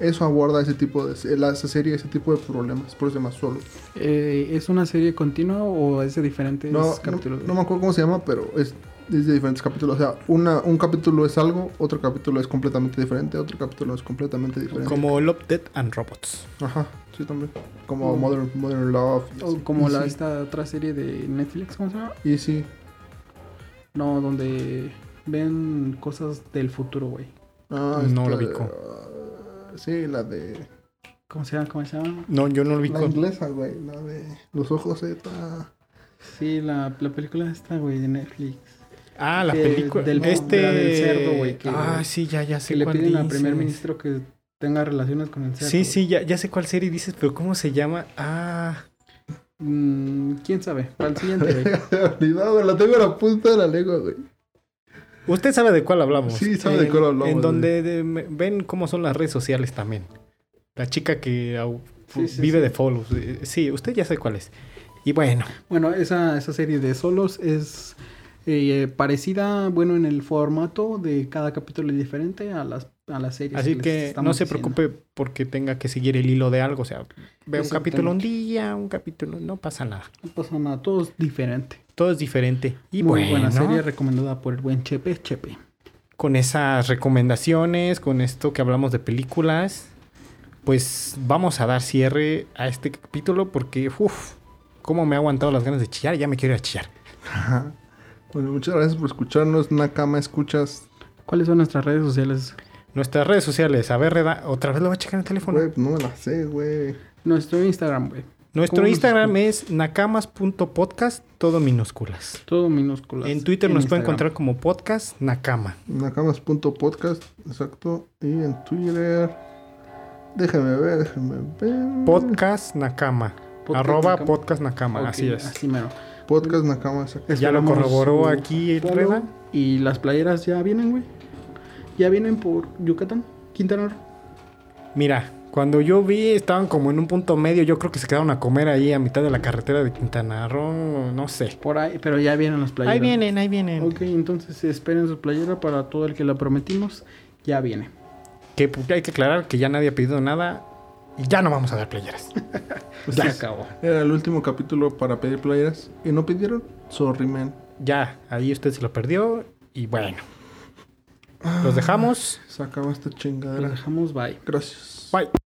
B: Eso aborda ese tipo de, la, esa serie, ese tipo de problemas, por eso se llama solos.
C: Eh, ¿Es una serie continua o es de diferentes
B: No,
C: capítulos?
B: no, no me acuerdo cómo se llama, pero es, es de diferentes capítulos. O sea, una, un capítulo es algo, otro capítulo es completamente diferente, otro capítulo es completamente diferente.
A: Como Love, Death and Robots.
B: Ajá, sí, también. Como
C: Mm.
B: Modern, Modern Love. y
C: O
B: así.
C: como
B: Y
C: la,
B: sí,
C: esta otra serie de Netflix, ¿cómo se llama?
B: Y sí,
C: No, donde ven cosas del futuro, güey.
B: Ah,
A: No la
B: de-
A: ubico.
B: ah, sí, la de...
C: ¿Cómo se llama? ¿Cómo se llama?
A: No, yo no lo
B: La
A: ubico.
B: inglesa, güey. La de los ojos eh, Z.
C: Sí, la, la película esta, güey, de Netflix.
A: Ah, la
C: que-
A: película.
C: del-
A: este...
C: de la del cerdo, güey, que-
A: Ah, sí, ya, ya sé
C: Que le
A: cuál
C: piden al
A: dices.
C: primer ministro que tenga relaciones con el cerdo.
A: Sí, sí, ya, ya sé cuál serie dices, pero ¿cómo se llama? Ah...
C: Mm, ¿Quién sabe? Para el siguiente, güey.
B: Olvidado, güey, la tengo a la punta de la lengua, güey.
A: Usted sabe de cuál hablamos.
B: Sí, sabe de
A: En-
B: cuál hablamos,
A: En
B: güey.
A: donde de- me- ven cómo son las redes sociales también. La chica que au,
C: Sí, sí,
A: vive
C: sí.
A: de follows. Eh, Sí, usted ya sabe cuál es. Y bueno,
C: Bueno, esa, esa serie de solos es eh, parecida, bueno, en el formato de cada capítulo es diferente a las, a las series.
A: así
C: les
A: que
C: estamos
A: no se
C: diciendo.
A: preocupe porque tenga que seguir el hilo de algo. O sea, ve un
C: Exactamente.
A: capítulo un día, un capítulo, no pasa nada.
C: No pasa nada, todo es diferente.
A: Todo es diferente. Y
C: Muy
A: bueno,
C: buena serie recomendada por el buen Chepe, Chepe.
A: con esas recomendaciones, con esto que hablamos de películas, pues vamos a dar cierre a este capítulo porque, uff, cómo me ha aguantado las ganas de chillar. Ya me quiero ir a chillar.
B: Ajá. Bueno, muchas gracias por escucharnos. Nakama, escuchas.
C: ¿Cuáles son nuestras redes sociales?
A: Nuestras redes sociales, a ver, Reda, otra vez lo voy a checar en el teléfono.
B: Güey, no me la sé, güey.
C: Nuestro Instagram, güey.
A: Nuestro
C: ¿Cómo nos
A: Instagram
C: escuchan?
A: es nakamas.podcast, todo minúsculas.
C: Todo minúsculas.
A: En Twitter nos puede
C: Instagram.
A: encontrar como podcast nakama.
B: Nakamas.podcast, exacto. Y en Twitter. Déjame ver, déjame ver.
A: Podcast nakama.
C: Podcast
A: arroba
C: Nakama.
A: podcast nakama,
C: Ok,
A: así es.
C: Así mero.
B: Podcast Nakama, exacto.
A: Ya lo
C: Esperamos
A: corroboró
C: su
A: aquí el
C: follow.
A: Reda.
C: Y las playeras ya vienen, güey. Ya vienen por Yucatán, Quintana Roo.
A: Mira, cuando yo vi estaban como en un punto medio. Yo creo que se quedaron a comer ahí a mitad de la carretera de Quintana Roo. No sé.
C: Por ahí, pero ya vienen las playeras.
A: Ahí vienen, ahí vienen.
C: Ok, entonces esperen su playera para todo el que la prometimos. Ya viene.
A: Que porque hay que aclarar que ya nadie ha pedido nada. Y ya no vamos a dar playeras.
C: Pues Se acabó.
B: Era el último capítulo para pedir playeras y no pidieron. Sorry, man.
A: Ya, ahí usted se lo perdió. Y bueno. Los dejamos.
B: Se acaba esta
C: Lo
B: chingadera.
C: dejamos, bye.
B: Gracias.
A: Bye.